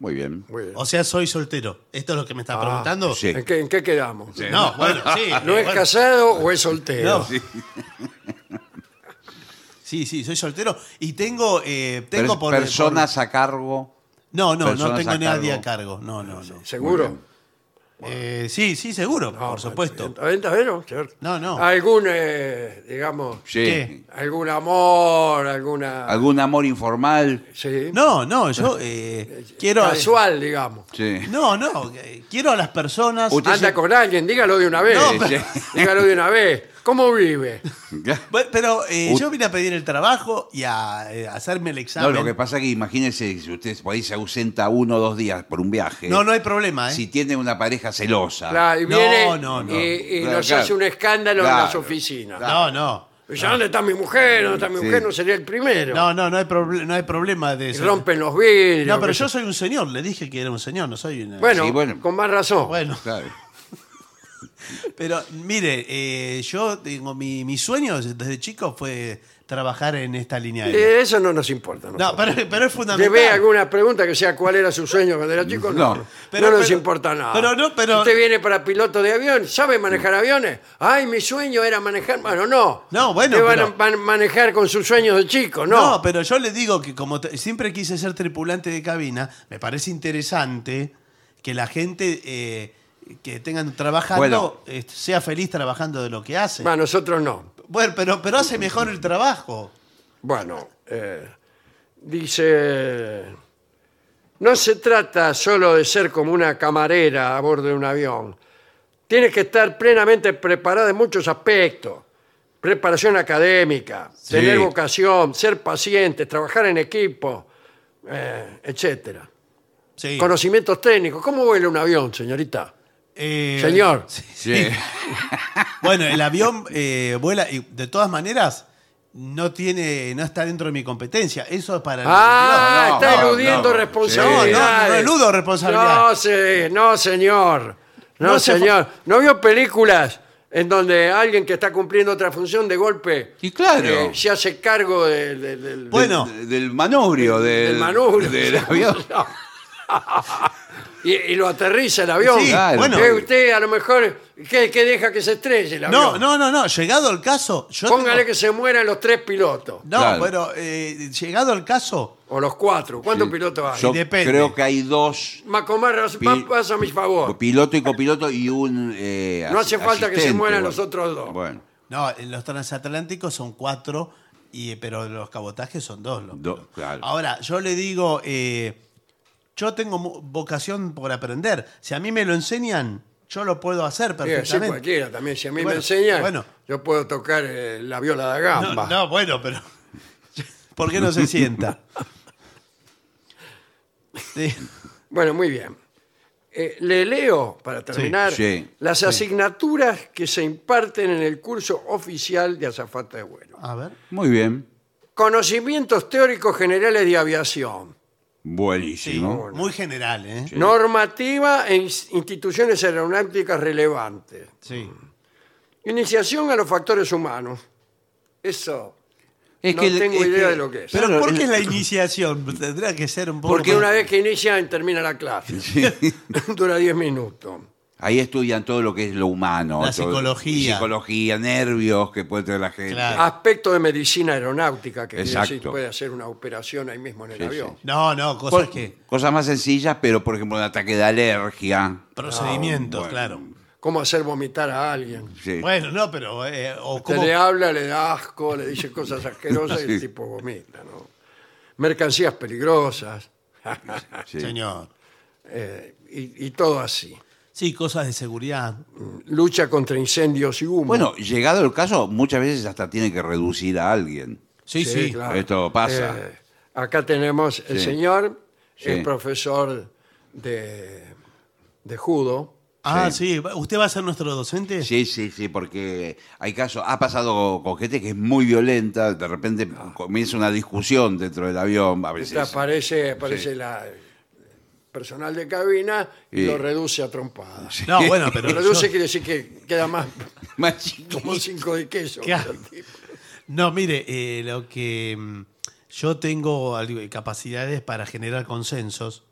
Speaker 3: Muy bien.
Speaker 1: Muy bien.
Speaker 2: O sea, soy soltero. ¿Esto es lo que me está preguntando?
Speaker 3: Ah, sí.
Speaker 1: ¿En, qué, en qué quedamos?
Speaker 2: No, bueno, sí.
Speaker 1: Ah. ¿No es
Speaker 2: bueno.
Speaker 1: casado o es soltero?
Speaker 2: No. Sí. sí, soy soltero. Y tengo, eh,
Speaker 3: Pero
Speaker 2: tengo
Speaker 3: es
Speaker 2: por.
Speaker 3: personas a cargo.
Speaker 2: por- no, no, no
Speaker 3: personas
Speaker 2: tengo
Speaker 3: a
Speaker 2: nadie
Speaker 3: cargo.
Speaker 2: a cargo. No, no, no.
Speaker 1: ¿Seguro?
Speaker 3: Muy bien.
Speaker 2: Eh, sí, sí, seguro,
Speaker 1: No,
Speaker 2: por supuesto.
Speaker 1: ¿está bien, está bien, no, señor?
Speaker 2: No, no.
Speaker 1: Algún, eh, digamos,
Speaker 3: Sí.
Speaker 2: ¿Qué?
Speaker 1: algún amor, alguna...
Speaker 3: ¿Algún amor informal?
Speaker 1: sí,
Speaker 2: No, no, yo eh, quiero.
Speaker 1: Casual, digamos.
Speaker 3: Sí.
Speaker 2: No, no, eh, quiero a las personas.
Speaker 3: Usted
Speaker 1: Anda
Speaker 3: se-
Speaker 1: con alguien, dígalo de una vez.
Speaker 2: No,
Speaker 3: pero-
Speaker 1: Dígalo de una vez. ¿Cómo vive?
Speaker 2: Bueno, Pero eh,
Speaker 3: U-
Speaker 2: yo vine a pedir el trabajo y a eh, hacerme el
Speaker 3: No,
Speaker 2: examen.
Speaker 3: lo que pasa es que imagínese, si usted por ahí se ausenta uno o dos días por un viaje.
Speaker 2: No, no hay problema, ¿eh?
Speaker 3: Si tiene una pareja celosa.
Speaker 1: Claro, y
Speaker 2: No,
Speaker 1: viene
Speaker 2: no, no.
Speaker 1: y, y
Speaker 3: Claro,
Speaker 1: nos
Speaker 3: claro.
Speaker 1: hace un escándalo en las
Speaker 3: Claro.
Speaker 1: oficinas.
Speaker 2: No, no.
Speaker 1: Ya, ¿Dónde está mi mujer? ¿Dónde está mi
Speaker 3: Sí.
Speaker 1: mujer? No sería el primero.
Speaker 2: No, no, no hay, proble- no hay problema de
Speaker 1: Y
Speaker 2: eso.
Speaker 1: rompen los vidrios.
Speaker 2: No, pero
Speaker 1: qué
Speaker 2: yo
Speaker 1: sé-
Speaker 2: soy un señor, le dije que era un señor, no soy una.
Speaker 1: Bueno,
Speaker 3: Sí, bueno.
Speaker 1: con más razón.
Speaker 2: Bueno,
Speaker 3: Claro.
Speaker 2: pero mire, eh, yo tengo mi, mi sueño desde chico fue trabajar en esta línea aérea.
Speaker 1: Eh, eso no nos importa.
Speaker 2: No, pero, pero es fundamental.
Speaker 1: ¿Debe alguna pregunta que sea cuál era su sueño cuando era chico? No,
Speaker 3: No.
Speaker 2: Pero-
Speaker 1: no nos
Speaker 2: pero-
Speaker 1: importa nada.
Speaker 2: pero no, pero-
Speaker 1: Usted viene para piloto de avión, ¿sabe manejar aviones? Ay, mi sueño era manejar... Bueno, no.
Speaker 2: No, bueno,
Speaker 1: Usted va
Speaker 2: pero-
Speaker 1: a man- manejar con sus sueños de chico,
Speaker 2: No,
Speaker 1: ¿no?
Speaker 2: pero yo le digo que como te- siempre quise ser tripulante de cabina, me parece interesante que la gente eh, que tengan trabajando
Speaker 3: Bueno.
Speaker 2: eh, sea feliz trabajando de lo que hace.
Speaker 1: Bueno, nosotros no.
Speaker 2: Bueno, pero, pero hace mejor el trabajo.
Speaker 1: Bueno, eh, dice, no se trata solo de ser como una camarera a bordo de un avión. Tienes que estar plenamente preparada en muchos aspectos. Preparación académica, tener vocación, ser paciente, trabajar en equipo, eh, etcétera.
Speaker 2: Sí.
Speaker 1: Conocimientos técnicos. ¿Cómo vuela un avión, señorita?
Speaker 2: Eh,
Speaker 1: Señor.
Speaker 3: Sí.
Speaker 2: Bueno, el avión eh, vuela y de todas maneras no tiene, no está dentro de mi competencia. Eso es para el
Speaker 1: Ah,
Speaker 3: no,
Speaker 1: está
Speaker 3: no,
Speaker 1: eludiendo
Speaker 3: no.
Speaker 1: responsabilidades.
Speaker 2: No, no, no eludo responsabilidades.
Speaker 1: No, se- no, señor. No,
Speaker 2: No se
Speaker 1: señor. ¿No vio películas en donde alguien que está cumpliendo otra función de golpe
Speaker 3: Y claro.
Speaker 1: eh, se hace cargo de- de- del,
Speaker 2: Bueno.
Speaker 3: De- del manubrio, del,
Speaker 1: del manubrio.
Speaker 3: del avión.
Speaker 1: y, y lo aterriza el avión.
Speaker 2: Sí,
Speaker 3: Claro.
Speaker 2: bueno.
Speaker 1: Eh, usted a lo mejor, ¿qué, qué deja que se estrelle el
Speaker 2: No,
Speaker 1: avión?
Speaker 2: no, no, no. Llegado el caso. Yo
Speaker 1: Póngale
Speaker 2: tengo-
Speaker 1: que se mueran los tres pilotos,
Speaker 2: No,
Speaker 3: Claro.
Speaker 2: bueno, eh, llegado el caso.
Speaker 1: o los cuatro. ¿Cuántos pilotos hay?
Speaker 3: Yo
Speaker 2: Depende.
Speaker 3: creo que hay dos,
Speaker 1: Macomarra,
Speaker 3: Pi-
Speaker 1: vas a mi favor.
Speaker 3: piloto y copiloto y un eh,
Speaker 1: No
Speaker 3: as-
Speaker 1: hace falta que se
Speaker 3: asistente,
Speaker 1: mueran
Speaker 3: bueno.
Speaker 1: los otros dos.
Speaker 3: Bueno,
Speaker 2: No, en los transatlánticos son cuatro, y, pero los cabotajes son dos. los
Speaker 3: Do-
Speaker 2: pilotos.
Speaker 3: claro.
Speaker 2: Ahora, yo le digo, eh, yo tengo mu- vocación por aprender. Si a mí me lo enseñan, yo lo puedo hacer
Speaker 1: Sí, así
Speaker 2: perfectamente.
Speaker 1: cualquiera también. Si a mí me
Speaker 2: Bueno,
Speaker 1: enseñan,
Speaker 2: bueno.
Speaker 1: yo puedo tocar eh, la viola da
Speaker 2: no,
Speaker 1: gamba.
Speaker 2: no, bueno, pero. ¿Por qué no se sienta? Sí.
Speaker 1: Bueno, muy bien. Eh, le leo, para terminar,
Speaker 3: sí.
Speaker 1: las asignaturas que se imparten en el curso oficial de azafata de vuelo.
Speaker 2: A ver.
Speaker 3: muy bien.
Speaker 1: Conocimientos teóricos generales de aviación.
Speaker 2: Sí,
Speaker 3: Buenísimo.
Speaker 2: muy general, ¿eh? Sí.
Speaker 1: Normativa e ins- instituciones aeronáuticas relevantes. Iniciación a los factores humanos. Eso. no tengo idea de lo que es.
Speaker 2: Pero
Speaker 3: Claro,
Speaker 2: ¿por
Speaker 3: el-
Speaker 2: qué la iniciación? Tendría que ser un poco.
Speaker 1: Porque
Speaker 2: más-
Speaker 1: una vez que inician, termina la clase. Dura 10 minutos.
Speaker 3: Ahí estudian todo lo que es lo humano.
Speaker 2: La
Speaker 3: todo-
Speaker 2: psicología.
Speaker 3: Psicología, nervios que puede tener la gente.
Speaker 2: Claro.
Speaker 1: Aspecto de medicina aeronáutica, que quiere decir,
Speaker 3: Exacto.
Speaker 1: puede hacer una operación ahí mismo en el
Speaker 3: Sí,
Speaker 1: avión.
Speaker 3: sí.
Speaker 2: No, no, cosas
Speaker 3: Cos-
Speaker 2: que.
Speaker 3: Cosas más sencillas, pero por ejemplo un ataque de alergia.
Speaker 2: Procedimientos,
Speaker 3: bueno.
Speaker 2: claro.
Speaker 1: Cómo hacer vomitar a alguien.
Speaker 3: Sí.
Speaker 2: Bueno, no, pero. eh, o
Speaker 1: Usted
Speaker 2: como-
Speaker 1: le habla, le da asco, le dice cosas asquerosas y el
Speaker 3: Sí.
Speaker 1: tipo vomita, ¿no? Mercancías peligrosas
Speaker 3: sí.
Speaker 2: Señor.
Speaker 1: eh, y, y todo así.
Speaker 2: Sí, cosas de seguridad.
Speaker 1: Lucha contra incendios y humo.
Speaker 3: Bueno, llegado el caso, muchas veces hasta tienen que reducir a alguien.
Speaker 2: Sí, sí.
Speaker 3: esto pasa.
Speaker 1: Eh, acá tenemos el
Speaker 3: Sí.
Speaker 1: señor, el
Speaker 3: Sí.
Speaker 1: profesor de, de judo.
Speaker 2: Ah, sí. ¿Usted va a ser nuestro docente?
Speaker 3: Sí, sí, sí, porque hay casos, ha pasado con gente que es muy violenta, de repente comienza una discusión dentro del avión, a
Speaker 1: Ah. Esta
Speaker 3: veces.
Speaker 1: aparece, aparece la personal de cabina y
Speaker 3: Sí.
Speaker 1: lo reduce a trompadas.
Speaker 2: No, bueno, pero.
Speaker 1: Lo reduce
Speaker 2: yo-
Speaker 1: quiere decir que queda más
Speaker 3: Más chiquito.
Speaker 1: como cinco de queso.
Speaker 2: Claro. No, mire, eh, lo que. mm, Yo tengo algo- capacidades para generar consensos.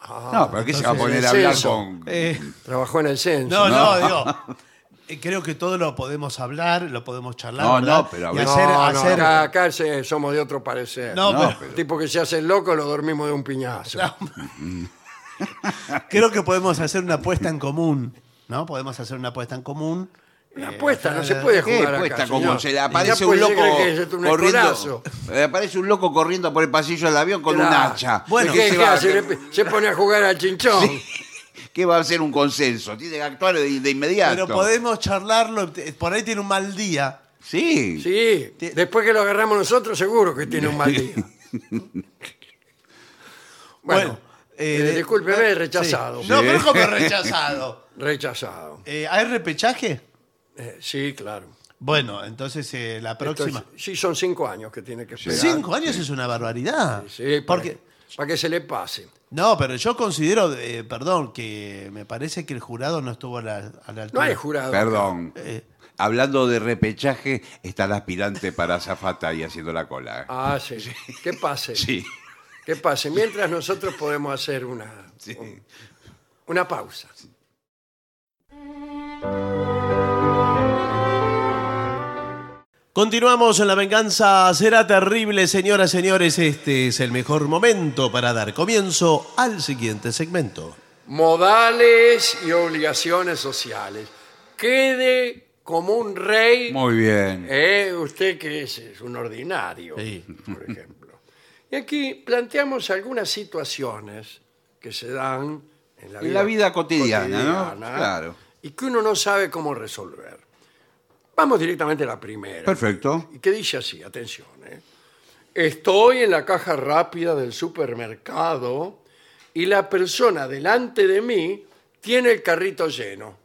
Speaker 1: Ah,
Speaker 3: No, pero ¿qué se va a
Speaker 1: entonces,
Speaker 3: poner a hablar
Speaker 1: eso.
Speaker 3: con...?
Speaker 2: Eh,
Speaker 1: Trabajó en el censo.
Speaker 2: no, no,
Speaker 3: No.
Speaker 2: digo. eh, Creo que todo lo podemos hablar, lo podemos charlar.
Speaker 3: No,
Speaker 2: ¿verdad?
Speaker 3: no, pero a
Speaker 2: Y
Speaker 3: ver-
Speaker 2: hacer,
Speaker 1: No, no,
Speaker 2: hacer-
Speaker 1: acá, acá se- somos de otro parecer.
Speaker 2: No,
Speaker 3: No,
Speaker 2: pero-
Speaker 3: pero-
Speaker 1: El tipo que se hace el loco lo dormimos de un piñazo.
Speaker 2: Creo que podemos hacer una apuesta en común, ¿no? Podemos hacer una apuesta en común.
Speaker 1: Una apuesta, no se puede
Speaker 3: ¿Qué
Speaker 1: jugar
Speaker 3: cuesta
Speaker 1: acá.
Speaker 3: como
Speaker 1: señor.
Speaker 3: se le aparece
Speaker 1: Ya
Speaker 3: un
Speaker 1: puede
Speaker 3: loco
Speaker 1: creer que es un
Speaker 3: corriendo?
Speaker 1: escolazo.
Speaker 3: Le aparece un loco corriendo por el pasillo del avión con un
Speaker 1: Claro.
Speaker 3: hacha.
Speaker 2: Bueno,
Speaker 1: ¿Qué,
Speaker 3: ¿Qué,
Speaker 1: qué
Speaker 3: va, a
Speaker 1: hace?
Speaker 3: hacer?
Speaker 1: Le- Se pone a jugar al chinchón.
Speaker 3: ¿Qué va a ser un consenso? Tiene que actuar de, de inmediato.
Speaker 2: Pero podemos charlarlo. eh, Por ahí tiene un mal día.
Speaker 3: Sí.
Speaker 1: Sí, después que lo agarramos nosotros, seguro que tiene un mal día. Bueno,
Speaker 2: eh,
Speaker 1: eh, discúlpeme,
Speaker 2: eh,
Speaker 1: rechazado.
Speaker 2: sí. No,
Speaker 3: Sí.
Speaker 2: pero ¿cómo rechazado?
Speaker 1: rechazado.
Speaker 2: Eh, ¿Hay repechaje?
Speaker 1: Eh, sí, claro.
Speaker 2: Bueno, entonces eh, la próxima.
Speaker 1: Entonces, sí, son cinco años que tiene que esperar.
Speaker 2: Cinco años es una barbaridad.
Speaker 1: Sí, para,
Speaker 2: Porque,
Speaker 1: que, para que se le pase.
Speaker 2: no, pero yo considero, eh, perdón, que me parece que el jurado no estuvo a la, a la
Speaker 1: No
Speaker 2: altura.
Speaker 1: hay jurado.
Speaker 3: Perdón.
Speaker 1: Eh.
Speaker 3: Hablando de repechaje, está el aspirante para azafata ahí haciendo la cola. ¿eh?
Speaker 1: Ah, sí. Que pase.
Speaker 3: Sí.
Speaker 1: Que pase. Mientras nosotros podemos hacer una,
Speaker 3: Sí.
Speaker 1: un- una pausa.
Speaker 2: Continuamos en La Venganza Será Terrible, señoras señores. Este es el mejor momento para dar comienzo al siguiente segmento.
Speaker 1: Modales y obligaciones sociales. Quede como un rey.
Speaker 3: Muy bien.
Speaker 1: Eh, usted que es, es un ordinario,
Speaker 2: Sí.
Speaker 1: por ejemplo. Y aquí planteamos algunas situaciones que se dan en la
Speaker 3: En
Speaker 1: vida,
Speaker 3: la vida cotidiana, ¿no? Claro.
Speaker 1: Y que uno no sabe cómo resolver. Vamos directamente a la primera.
Speaker 3: Perfecto.
Speaker 1: Y que dice así, atención. ¿eh? Estoy en la caja rápida del supermercado y la persona delante de mí tiene el carrito lleno.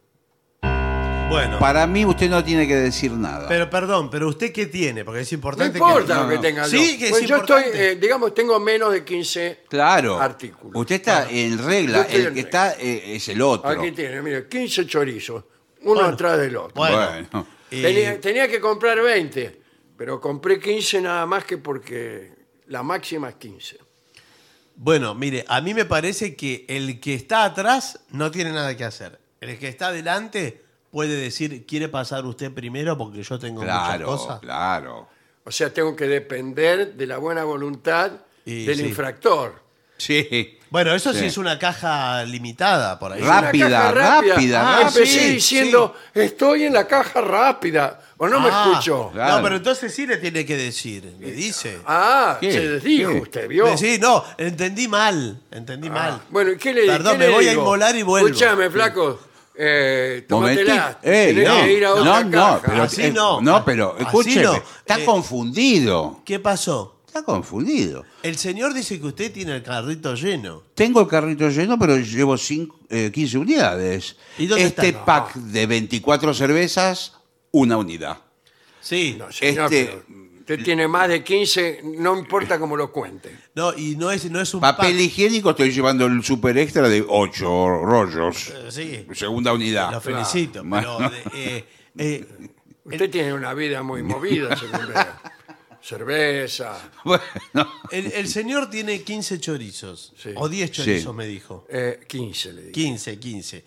Speaker 2: Bueno,
Speaker 3: Para mí usted no tiene que decir nada.
Speaker 2: pero perdón, pero usted qué tiene, porque es
Speaker 1: No
Speaker 2: importante.
Speaker 1: importa
Speaker 3: no,
Speaker 1: lo que
Speaker 3: no.
Speaker 1: tenga yo.
Speaker 2: Sí, que es
Speaker 1: Pues yo estoy,
Speaker 2: importante.
Speaker 1: eh, digamos, tengo menos de 15
Speaker 3: claro.
Speaker 1: artículos.
Speaker 3: Usted está en
Speaker 1: Yo
Speaker 3: regla.
Speaker 1: estoy
Speaker 3: El
Speaker 1: en
Speaker 3: que
Speaker 1: regla.
Speaker 3: está eh, es el otro.
Speaker 1: Aquí tiene, mire, 15 chorizos, uno
Speaker 2: Bueno.
Speaker 1: atrás del otro.
Speaker 2: Bueno. eh,
Speaker 3: Bueno.
Speaker 2: Y-
Speaker 1: Tenía, tenía que comprar 20, pero compré 15 nada más que porque la máxima es 15.
Speaker 2: Bueno, mire, a mí me parece que el que está atrás no tiene nada que hacer. El que está adelante puede decir, ¿quiere pasar usted primero porque yo tengo muchas
Speaker 3: Claro,
Speaker 2: cosas?
Speaker 3: claro.
Speaker 1: O sea, tengo que depender de la buena voluntad
Speaker 2: Y
Speaker 1: del
Speaker 2: sí.
Speaker 1: infractor.
Speaker 3: Sí.
Speaker 2: Bueno, eso sí.
Speaker 3: Sí.
Speaker 2: es una caja limitada por ahí.
Speaker 1: Es una
Speaker 3: Rápida,
Speaker 1: caja
Speaker 3: rápida,
Speaker 1: Ah,
Speaker 2: rápida.
Speaker 1: Empecé
Speaker 2: Sí,
Speaker 1: diciendo, estoy en la caja rápida, o no me
Speaker 2: Ah,
Speaker 1: escucho.
Speaker 3: Claro.
Speaker 2: No, pero entonces sí le tiene que decir. Le dice.
Speaker 1: Ah,
Speaker 3: ¿Qué?
Speaker 1: se les dijo,
Speaker 3: ¿Qué?
Speaker 1: usted vio. Ah,
Speaker 2: Le- Sí, no, entendí mal. Entendí mal.
Speaker 1: Bueno, ¿y qué le
Speaker 2: Perdón,
Speaker 1: qué
Speaker 2: me
Speaker 1: le
Speaker 2: voy a
Speaker 1: digo?
Speaker 2: inmolar y vuelvo.
Speaker 1: Escuchame, flaco. Eh,
Speaker 3: Momentí-
Speaker 1: tómatela.
Speaker 3: Eh,
Speaker 1: Tenés
Speaker 3: no,
Speaker 1: que ir a otra
Speaker 3: no, no,
Speaker 1: caja. Ah,
Speaker 3: pero
Speaker 2: Así
Speaker 3: eh,
Speaker 2: no.
Speaker 3: No, pero
Speaker 2: Así
Speaker 3: escúcheme,
Speaker 2: no.
Speaker 3: está
Speaker 2: Eh,
Speaker 3: confundido.
Speaker 2: ¿Qué pasó?
Speaker 3: Está confundido.
Speaker 2: El señor dice que usted tiene el carrito lleno.
Speaker 3: Tengo el carrito lleno, pero llevo cinco, eh, 15 unidades.
Speaker 2: ¿Y dónde
Speaker 3: este
Speaker 2: está? No.
Speaker 3: pack de 24 cervezas, una unidad.
Speaker 2: Sí.
Speaker 1: No, señor,
Speaker 3: Este-
Speaker 1: pero usted tiene más de 15, no importa cómo lo cuente.
Speaker 2: No, y no es, no es un
Speaker 3: Papel
Speaker 2: pack.
Speaker 3: higiénico estoy llevando el super extra de 8 rollos.
Speaker 2: Eh, Sí,
Speaker 3: Segunda unidad.
Speaker 2: lo felicito.
Speaker 3: Bueno.
Speaker 2: Pero, eh, eh,
Speaker 1: Usted tiene una vida muy movida, según veo. Cerveza,
Speaker 3: Bueno,
Speaker 2: el, el señor tiene 15 chorizos.
Speaker 1: Sí.
Speaker 2: O 10
Speaker 3: Sí.
Speaker 2: chorizos, me dijo.
Speaker 1: eh, 15 le digo.
Speaker 2: 15, 15.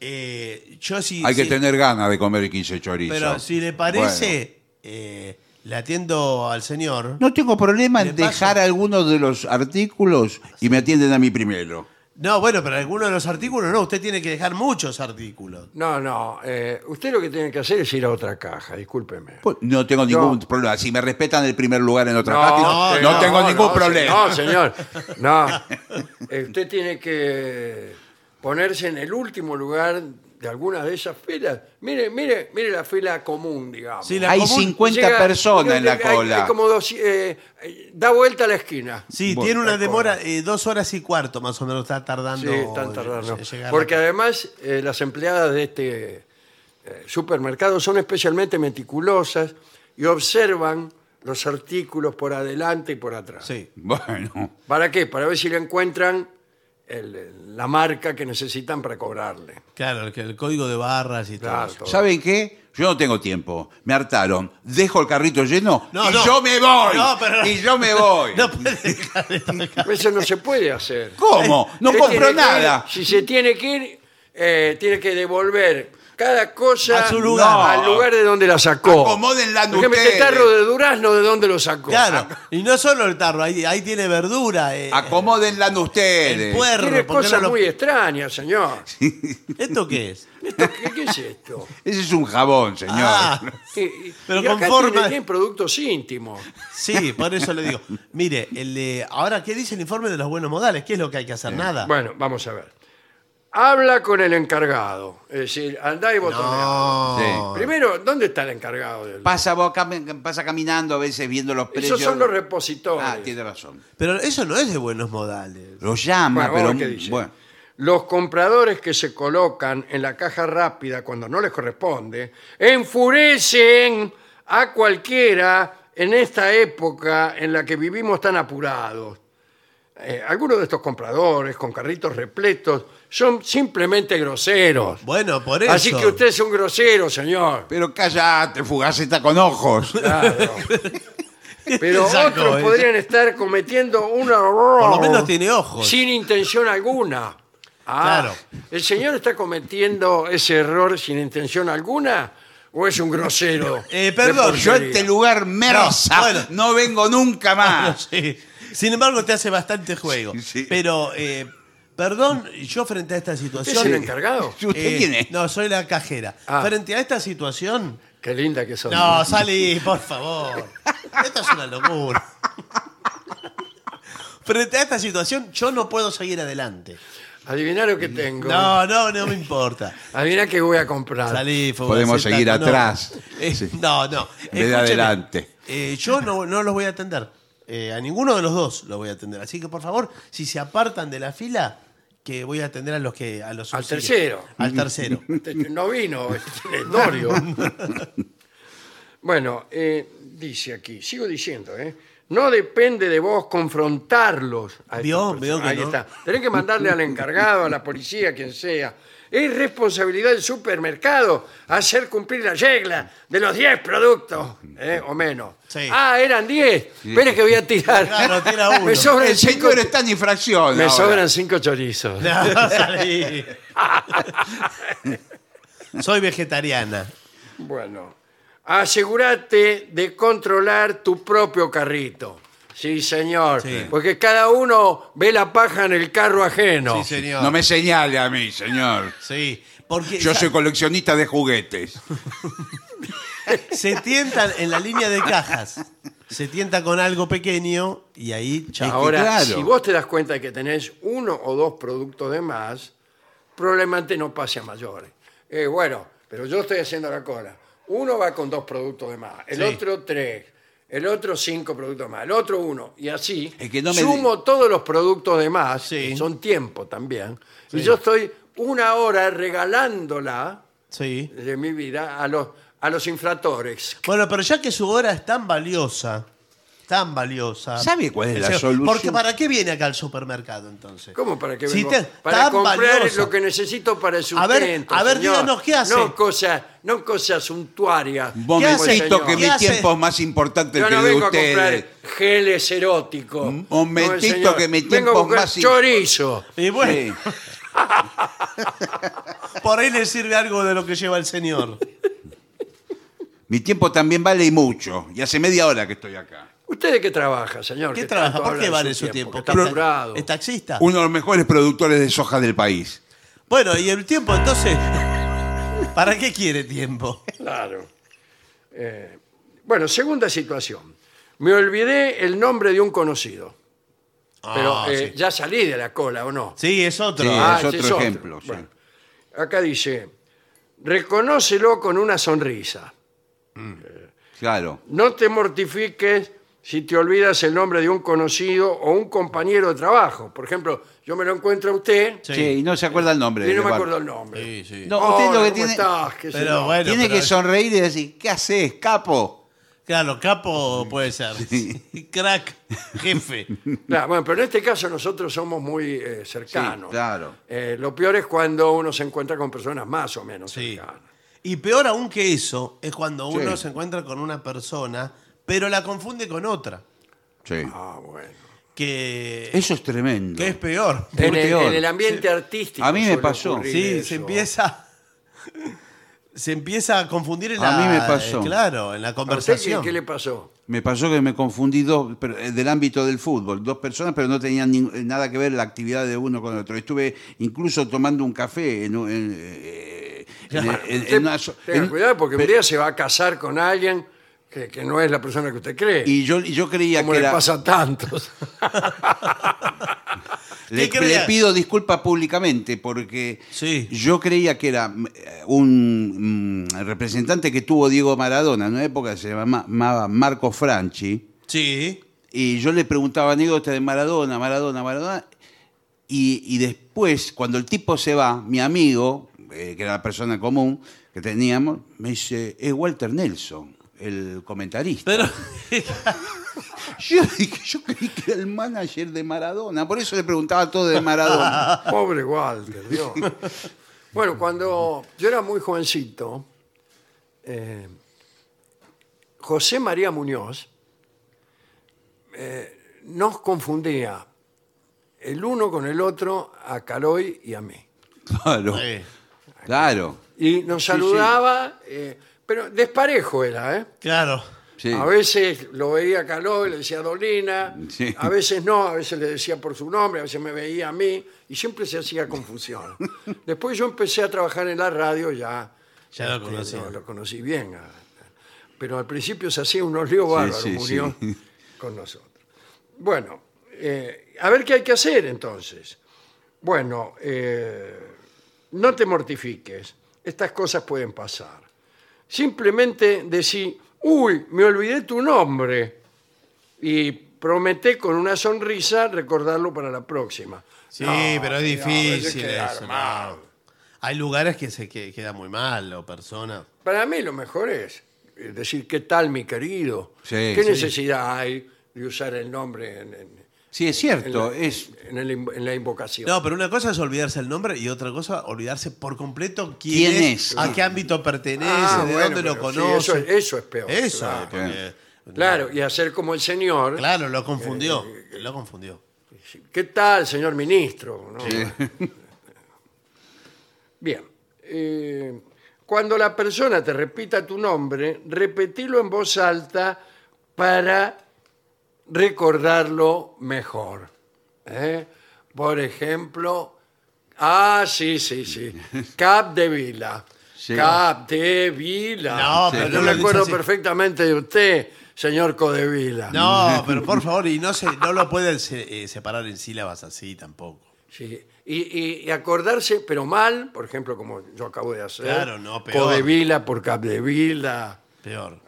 Speaker 2: Eh, yo sí.
Speaker 3: hay que
Speaker 2: sí,
Speaker 3: tener ganas de comer 15 chorizos.
Speaker 2: Pero si le
Speaker 3: Bueno.
Speaker 2: parece, eh, le atiendo al señor.
Speaker 3: No tengo problema
Speaker 2: ¿Le
Speaker 3: en
Speaker 2: paso?
Speaker 3: dejar algunos de los artículos y me atienden a mí primero.
Speaker 2: No, bueno, pero algunos de los artículos no. Usted tiene que dejar muchos artículos.
Speaker 1: No, no, eh, usted lo que tiene que hacer es ir a otra caja, discúlpeme.
Speaker 3: Pues, No tengo ningún
Speaker 1: No.
Speaker 3: problema. Si me respetan el primer lugar en otra parte,
Speaker 1: No,
Speaker 3: no,
Speaker 1: no,
Speaker 3: tengo
Speaker 1: no,
Speaker 3: ningún
Speaker 1: no,
Speaker 3: problema.
Speaker 1: No, señor, no. Eh, usted tiene que ponerse en el último lugar de alguna de esas filas. Mire, mire, mire la fila común, digamos.
Speaker 2: Sí, la-
Speaker 3: Hay
Speaker 2: común
Speaker 3: 50
Speaker 1: Llega-
Speaker 3: personas en la
Speaker 1: hay- hay
Speaker 3: cola.
Speaker 1: como dos- eh, eh, da vuelta a la esquina.
Speaker 2: Sí,
Speaker 3: Bueno,
Speaker 2: tiene una
Speaker 1: de
Speaker 2: demora, eh, dos horas y cuarto más o menos está tardando.
Speaker 1: Sí, están
Speaker 3: eh,
Speaker 1: tardando.
Speaker 2: en llegar.
Speaker 1: Porque además eh, las empleadas de este eh, supermercado son especialmente meticulosas y observan los artículos por adelante y por atrás.
Speaker 2: Sí.
Speaker 3: Bueno,
Speaker 1: ¿Para qué? Para ver si le encuentran el- la marca que necesitan para cobrarle.
Speaker 2: Claro, que el código de barras y
Speaker 1: Claro,
Speaker 2: todo. eso.
Speaker 1: todo.
Speaker 3: ¿saben qué? Yo no tengo tiempo. Me hartaron. Dejo el carrito lleno
Speaker 2: No,
Speaker 3: y
Speaker 2: no.
Speaker 3: yo me voy.
Speaker 2: No, pero-
Speaker 3: Y yo me voy.
Speaker 2: No puede dejar de-
Speaker 1: Eso no se puede hacer.
Speaker 3: ¿Cómo? No
Speaker 1: Usted
Speaker 3: compro
Speaker 1: tiene que ir-
Speaker 3: nada.
Speaker 1: si se tiene que ir, eh, tiene que devolver cada cosa
Speaker 2: A su lugar.
Speaker 1: no, al lugar de donde la sacó.
Speaker 3: Acomódenla
Speaker 1: Por ejemplo, este
Speaker 3: ustedes.
Speaker 1: tarro de durazno, ¿de dónde lo sacó?
Speaker 2: Claro, y no solo el tarro, ahí, ahí tiene verdura. eh,
Speaker 3: Acomódenla ustedes.
Speaker 2: El puerro.
Speaker 1: Tiene
Speaker 2: ¿por qué
Speaker 1: cosas
Speaker 2: no lo-
Speaker 1: muy extrañas, señor.
Speaker 2: ¿Esto qué es?
Speaker 1: ¿Esto qué, qué es esto?
Speaker 3: Ese es un jabón, señor.
Speaker 2: Ah,
Speaker 1: Y- y-
Speaker 2: Pero
Speaker 1: y acá
Speaker 2: conforme-
Speaker 1: tiene, tiene productos íntimos.
Speaker 2: sí, por eso le digo. Mire, el, eh, ahora, ¿qué dice el informe de los buenos modales? ¿Qué es lo que hay que hacer? Nada.
Speaker 1: Bueno, vamos a ver. Habla con el encargado. Es decir, andá y botonea.
Speaker 2: No.
Speaker 1: Primero, ¿dónde está el encargado? Del...
Speaker 3: Pasa, vos cam- pasa caminando a veces viendo los precios.
Speaker 1: Esos son los repositorios.
Speaker 3: Ah, tiene razón.
Speaker 2: Pero eso no es de buenos modales.
Speaker 3: Lo llama,
Speaker 1: Bueno, vamos a ver
Speaker 3: pero.
Speaker 1: qué dice.
Speaker 3: bueno.
Speaker 1: Los compradores que se colocan en la caja rápida cuando no les corresponde enfurecen a cualquiera en esta época en la que vivimos tan apurados. Eh, algunos de estos compradores con carritos repletos son simplemente groseros.
Speaker 2: Bueno, por eso.
Speaker 1: Así que usted es un grosero, señor.
Speaker 3: Pero callate, fugaceta con ojos.
Speaker 1: Claro. Pero
Speaker 2: Exacto,
Speaker 1: otros
Speaker 2: eh.
Speaker 1: podrían estar cometiendo un
Speaker 2: Por
Speaker 1: error.
Speaker 2: lo menos tiene ojos.
Speaker 1: Sin intención alguna. Ah,
Speaker 2: Claro.
Speaker 1: ¿El señor está cometiendo ese error sin intención alguna? ¿O es un grosero?
Speaker 2: Eh, perdón,
Speaker 1: de
Speaker 3: Yo a
Speaker 1: porquería?
Speaker 3: este lugar merza
Speaker 2: No, bueno.
Speaker 3: no vengo nunca
Speaker 2: Bueno,
Speaker 3: más.
Speaker 2: sí. Sin embargo, te hace bastante juego.
Speaker 3: Sí, sí.
Speaker 2: Pero, eh, perdón, yo frente a esta
Speaker 1: ¿Usted es el
Speaker 2: situación.
Speaker 1: encargado?
Speaker 3: ¿Usted
Speaker 2: eh,
Speaker 3: quién es?
Speaker 2: No, soy la cajera.
Speaker 1: Ah.
Speaker 2: Frente a esta situación.
Speaker 1: Qué linda que son.
Speaker 2: No, salí, por favor. Esto es una locura. Frente a esta situación, yo no puedo seguir adelante.
Speaker 1: Adivina lo que tengo.
Speaker 2: No, no, no me importa.
Speaker 1: Adivina qué voy a comprar.
Speaker 2: Salí, fue una
Speaker 3: Podemos
Speaker 2: cita,
Speaker 3: seguir
Speaker 2: no.
Speaker 3: atrás.
Speaker 2: Eh,
Speaker 3: Sí.
Speaker 2: No, no.
Speaker 3: En vez de
Speaker 2: Escúcheme,
Speaker 3: adelante.
Speaker 2: eh, yo no, no los voy a atender. Eh, a ninguno de los dos los voy a atender. Así que, por favor, si se apartan de la fila, que voy a atender a los que. A los
Speaker 1: Al
Speaker 2: subsiguientes.
Speaker 1: tercero.
Speaker 2: Al tercero.
Speaker 1: Este No vino, este es Dorio. Bueno, eh, dice aquí, sigo diciendo, ¿eh? No depende de vos confrontarlos. a estas
Speaker 2: Vio,
Speaker 1: personas.
Speaker 2: veo que
Speaker 1: Ahí
Speaker 2: no.
Speaker 1: está. Tenés que mandarle al encargado, a la policía, a quien sea. Es responsabilidad del supermercado hacer cumplir la regla de los 10 productos, ¿eh? o menos.
Speaker 2: Sí.
Speaker 1: Ah, eran 10. Espera que voy a tirar.
Speaker 2: Claro, tira uno.
Speaker 1: Me sobran
Speaker 3: El
Speaker 1: 5
Speaker 3: señor está en infracción.
Speaker 1: me
Speaker 3: ahora.
Speaker 1: sobran cinco chorizos.
Speaker 2: No, salí. Soy vegetariana.
Speaker 1: Bueno, asegúrate de controlar tu propio carrito. Sí, señor.
Speaker 2: Sí.
Speaker 1: Porque cada uno ve la paja en el carro ajeno.
Speaker 2: Sí, señor.
Speaker 3: No me señale a mí, señor.
Speaker 2: Sí, porque
Speaker 3: Yo
Speaker 2: sa-
Speaker 3: soy coleccionista de juguetes.
Speaker 2: se tientan en la línea de cajas. Se tienta con algo pequeño y ahí, chao.
Speaker 1: Ahora,
Speaker 3: claro.
Speaker 1: si vos te das cuenta de que tenés uno o dos productos de más, probablemente no pase a mayores. Eh, bueno, pero yo estoy haciendo la cola. Uno va con dos productos de más, el
Speaker 2: Sí.
Speaker 1: otro tres, el otro cinco productos más, el otro uno, y así.
Speaker 3: Es que no me
Speaker 1: sumo todos los productos de más,
Speaker 2: Sí.
Speaker 1: que son tiempo también, y yo estoy una hora regalándola
Speaker 2: Sí.
Speaker 1: de mi vida a los, a los infractores.
Speaker 2: Bueno, pero ya que su hora es tan valiosa, tan valiosa.
Speaker 3: ¿Sabe cuál es la
Speaker 2: Porque
Speaker 3: solución?
Speaker 2: Porque ¿para qué viene acá al supermercado entonces?
Speaker 1: ¿Cómo para que
Speaker 2: Si
Speaker 1: vengo?
Speaker 2: te-
Speaker 1: para
Speaker 2: tan
Speaker 1: comprar
Speaker 2: valiosa.
Speaker 1: lo que necesito para el
Speaker 2: A ver,
Speaker 1: sustento.
Speaker 2: a ver,
Speaker 1: señor.
Speaker 2: díganos, ¿qué hace?
Speaker 1: No cosas, no cosas suntuarias.
Speaker 3: Un
Speaker 2: ¿Qué hace,
Speaker 3: momentito
Speaker 2: señor?
Speaker 3: que
Speaker 2: ¿Qué
Speaker 3: mi
Speaker 2: hace?
Speaker 3: tiempo es más importante
Speaker 1: Yo
Speaker 3: que
Speaker 1: no
Speaker 3: el de
Speaker 1: vengo a
Speaker 3: ustedes.
Speaker 1: comprar geles eróticos.
Speaker 3: Un momentito
Speaker 1: No, señor.
Speaker 3: que mi
Speaker 1: vengo
Speaker 3: tiempo
Speaker 1: a buscar
Speaker 3: más im-
Speaker 1: chorizo.
Speaker 2: Y bueno,
Speaker 3: Sí.
Speaker 2: por ahí le sirve algo de lo que lleva el señor.
Speaker 3: Mi tiempo también vale y mucho. Y hace media hora que estoy acá.
Speaker 1: ¿Usted de qué trabaja, señor?
Speaker 2: ¿Qué
Speaker 1: Que
Speaker 2: trabaja?
Speaker 1: tanto
Speaker 2: ¿Por
Speaker 1: habla
Speaker 2: qué
Speaker 1: de
Speaker 2: vale su tiempo?
Speaker 1: que
Speaker 2: ¿Qué
Speaker 1: Está
Speaker 2: ta-
Speaker 1: apurado.
Speaker 2: ¿Es taxista?
Speaker 3: Uno de los mejores productores de soja del país.
Speaker 2: Bueno, y el tiempo entonces. ¿Para qué quiere tiempo?
Speaker 1: Claro. Eh, bueno, segunda situación. Me olvidé el nombre de un conocido. Pero
Speaker 2: Ah,
Speaker 1: eh,
Speaker 2: sí.
Speaker 1: ya salí de la cola, ¿o no?
Speaker 2: Sí, es otro.
Speaker 3: Sí,
Speaker 1: Ah,
Speaker 3: es
Speaker 1: ese
Speaker 3: otro
Speaker 1: es otro.
Speaker 3: ejemplo. sí.
Speaker 1: Bueno. Acá dice, reconócelo con una sonrisa.
Speaker 3: Claro.
Speaker 1: No te mortifiques si te olvidas el nombre de un conocido o un compañero de trabajo. Por ejemplo, yo me lo encuentro a usted
Speaker 2: Sí.
Speaker 3: Che, y no se acuerda el nombre.
Speaker 1: y no me
Speaker 3: Eduardo.
Speaker 1: acuerdo el nombre.
Speaker 2: Sí, sí.
Speaker 3: No, usted
Speaker 1: Hola,
Speaker 3: lo que
Speaker 1: ¿cómo
Speaker 3: tiene-
Speaker 1: estás? ¿Qué sé
Speaker 2: Pero
Speaker 1: yo?
Speaker 2: bueno,
Speaker 3: Tiene
Speaker 2: pero
Speaker 3: que
Speaker 2: es- Ah.
Speaker 3: sonreír y decir, ¿qué haces, capo?
Speaker 2: Claro, capo puede ser. Crack, jefe.
Speaker 1: Claro, bueno, pero en este caso nosotros somos muy eh, cercanos.
Speaker 3: Sí, claro.
Speaker 1: Eh, lo peor es cuando uno se encuentra con personas más o menos
Speaker 2: Sí.
Speaker 1: cercanas.
Speaker 2: Y peor aún que eso es cuando
Speaker 3: Sí.
Speaker 2: uno se encuentra con una persona, pero la confunde con otra,
Speaker 3: Sí.
Speaker 1: Ah, bueno.
Speaker 2: que,
Speaker 3: Eso es tremendo.
Speaker 2: que es peor.
Speaker 3: Muy
Speaker 1: En el,
Speaker 3: peor.
Speaker 1: en el ambiente artístico.
Speaker 3: A mí me
Speaker 1: suele
Speaker 3: pasó.
Speaker 1: ocurrir
Speaker 2: Sí,
Speaker 1: eso.
Speaker 2: se empieza se empieza a confundir en
Speaker 3: A
Speaker 2: la
Speaker 3: mí me pasó.
Speaker 2: eh, claro, en la
Speaker 1: ¿A usted qué,
Speaker 2: conversación.
Speaker 1: qué le pasó?
Speaker 3: Me pasó que me confundí dos, pero, eh, del ámbito del fútbol, dos personas, pero no tenían nin- eh, nada que ver la actividad de uno con el otro. Estuve incluso tomando un café en, un- en, eh, en- en- en una so-
Speaker 1: Tenga
Speaker 3: en-
Speaker 1: cuidado porque un día se va a casar con alguien que, que no es la persona que usted cree.
Speaker 3: y yo, y yo creía
Speaker 1: como
Speaker 3: que
Speaker 1: le
Speaker 3: era-
Speaker 1: pasa a tantos.
Speaker 3: le,
Speaker 2: ¿Qué creía?
Speaker 3: le pido disculpas públicamente porque
Speaker 2: Sí.
Speaker 3: yo creía que era mm, eh, un mm, representante que tuvo Diego Maradona en una época que se llamaba llamaba Marco Franchi.
Speaker 2: Sí.
Speaker 3: Y yo le preguntaba anécdotas de Maradona, Maradona, Maradona. Y, y después, cuando el tipo se va, mi amigo, eh, que era la persona común que teníamos, me dice, es Walter Nelson, el comentarista.
Speaker 2: Pero
Speaker 3: Yo dije, yo creí que era el manager de Maradona, por eso le preguntaba todo de Maradona.
Speaker 1: Pobre Walter, Dios. Bueno, cuando yo era muy jovencito, eh, José María Muñoz eh, nos confundía el uno con el otro a Caloy y a mí.
Speaker 3: Claro,
Speaker 2: eh,
Speaker 3: claro.
Speaker 1: Y nos
Speaker 3: Sí,
Speaker 1: saludaba, eh, pero desparejo era, ¿eh?
Speaker 2: claro.
Speaker 3: Sí.
Speaker 1: A veces lo veía Caló y le decía Dolina,
Speaker 3: Sí.
Speaker 1: a veces no, a veces le decía por su nombre, a veces me veía a mí, y siempre se hacía confusión. Después yo empecé a trabajar en la radio, ya,
Speaker 2: Ya lo
Speaker 1: este,
Speaker 2: conocí.
Speaker 1: lo conocí bien. a- Pero al principio se hacía unos líos bárbaros,
Speaker 3: sí,
Speaker 1: murió
Speaker 3: sí.
Speaker 1: con nosotros. Bueno, eh, a ver qué hay que hacer entonces. Bueno, eh, no te mortifiques, estas cosas pueden pasar. Simplemente decir, uy, me olvidé tu nombre. Y prometé con una sonrisa recordarlo para la próxima.
Speaker 2: Sí,
Speaker 1: No,
Speaker 2: pero es
Speaker 1: no,
Speaker 2: difícil
Speaker 1: hay que quedar
Speaker 2: eso. no.
Speaker 1: mal.
Speaker 2: Hay lugares que se que- queda muy mal o personas.
Speaker 1: Para mí lo mejor es eh, decir, ¿qué tal, mi querido?
Speaker 3: Sí,
Speaker 1: ¿Qué
Speaker 3: sí.
Speaker 1: necesidad hay de usar el nombre en, en-
Speaker 3: Sí, es cierto.
Speaker 1: en la-
Speaker 3: es,
Speaker 1: en el in- en la invocación.
Speaker 2: No, pero una cosa es olvidarse el nombre y otra cosa olvidarse por completo quién,
Speaker 3: ¿Quién
Speaker 2: es,
Speaker 3: es?
Speaker 2: a qué ámbito pertenece,
Speaker 1: Ah,
Speaker 2: de
Speaker 1: bueno,
Speaker 2: dónde lo
Speaker 1: pero sí,
Speaker 2: conoce.
Speaker 1: eso, es- eso es peor.
Speaker 2: Eso,
Speaker 1: claro.
Speaker 2: porque-
Speaker 1: Claro, y hacer como el señor.
Speaker 2: claro, lo
Speaker 1: Eh,
Speaker 2: confundió. Lo confundió.
Speaker 1: ¿Qué tal, señor ministro? ¿No?
Speaker 3: eh,
Speaker 1: Bien. eh, cuando la persona te repita tu nombre, repetilo en voz alta para recordarlo mejor. ¿eh? Por ejemplo, ah, sí, sí, sí, Cap de Vila.
Speaker 3: Sí.
Speaker 1: Cap de Vila.
Speaker 2: No, pero
Speaker 1: Yo
Speaker 2: no
Speaker 1: me
Speaker 2: lo dice
Speaker 1: acuerdo
Speaker 2: así.
Speaker 1: perfectamente de usted, señor Codevila.
Speaker 2: No, pero por favor, y no se, no lo pueden se- eh, separar en sílabas así tampoco.
Speaker 1: Sí, Y, y- y acordarse, pero mal, por ejemplo, como yo acabo de hacer.
Speaker 2: Claro, no, peor.
Speaker 1: Codevila por Capdevila.
Speaker 2: Peor.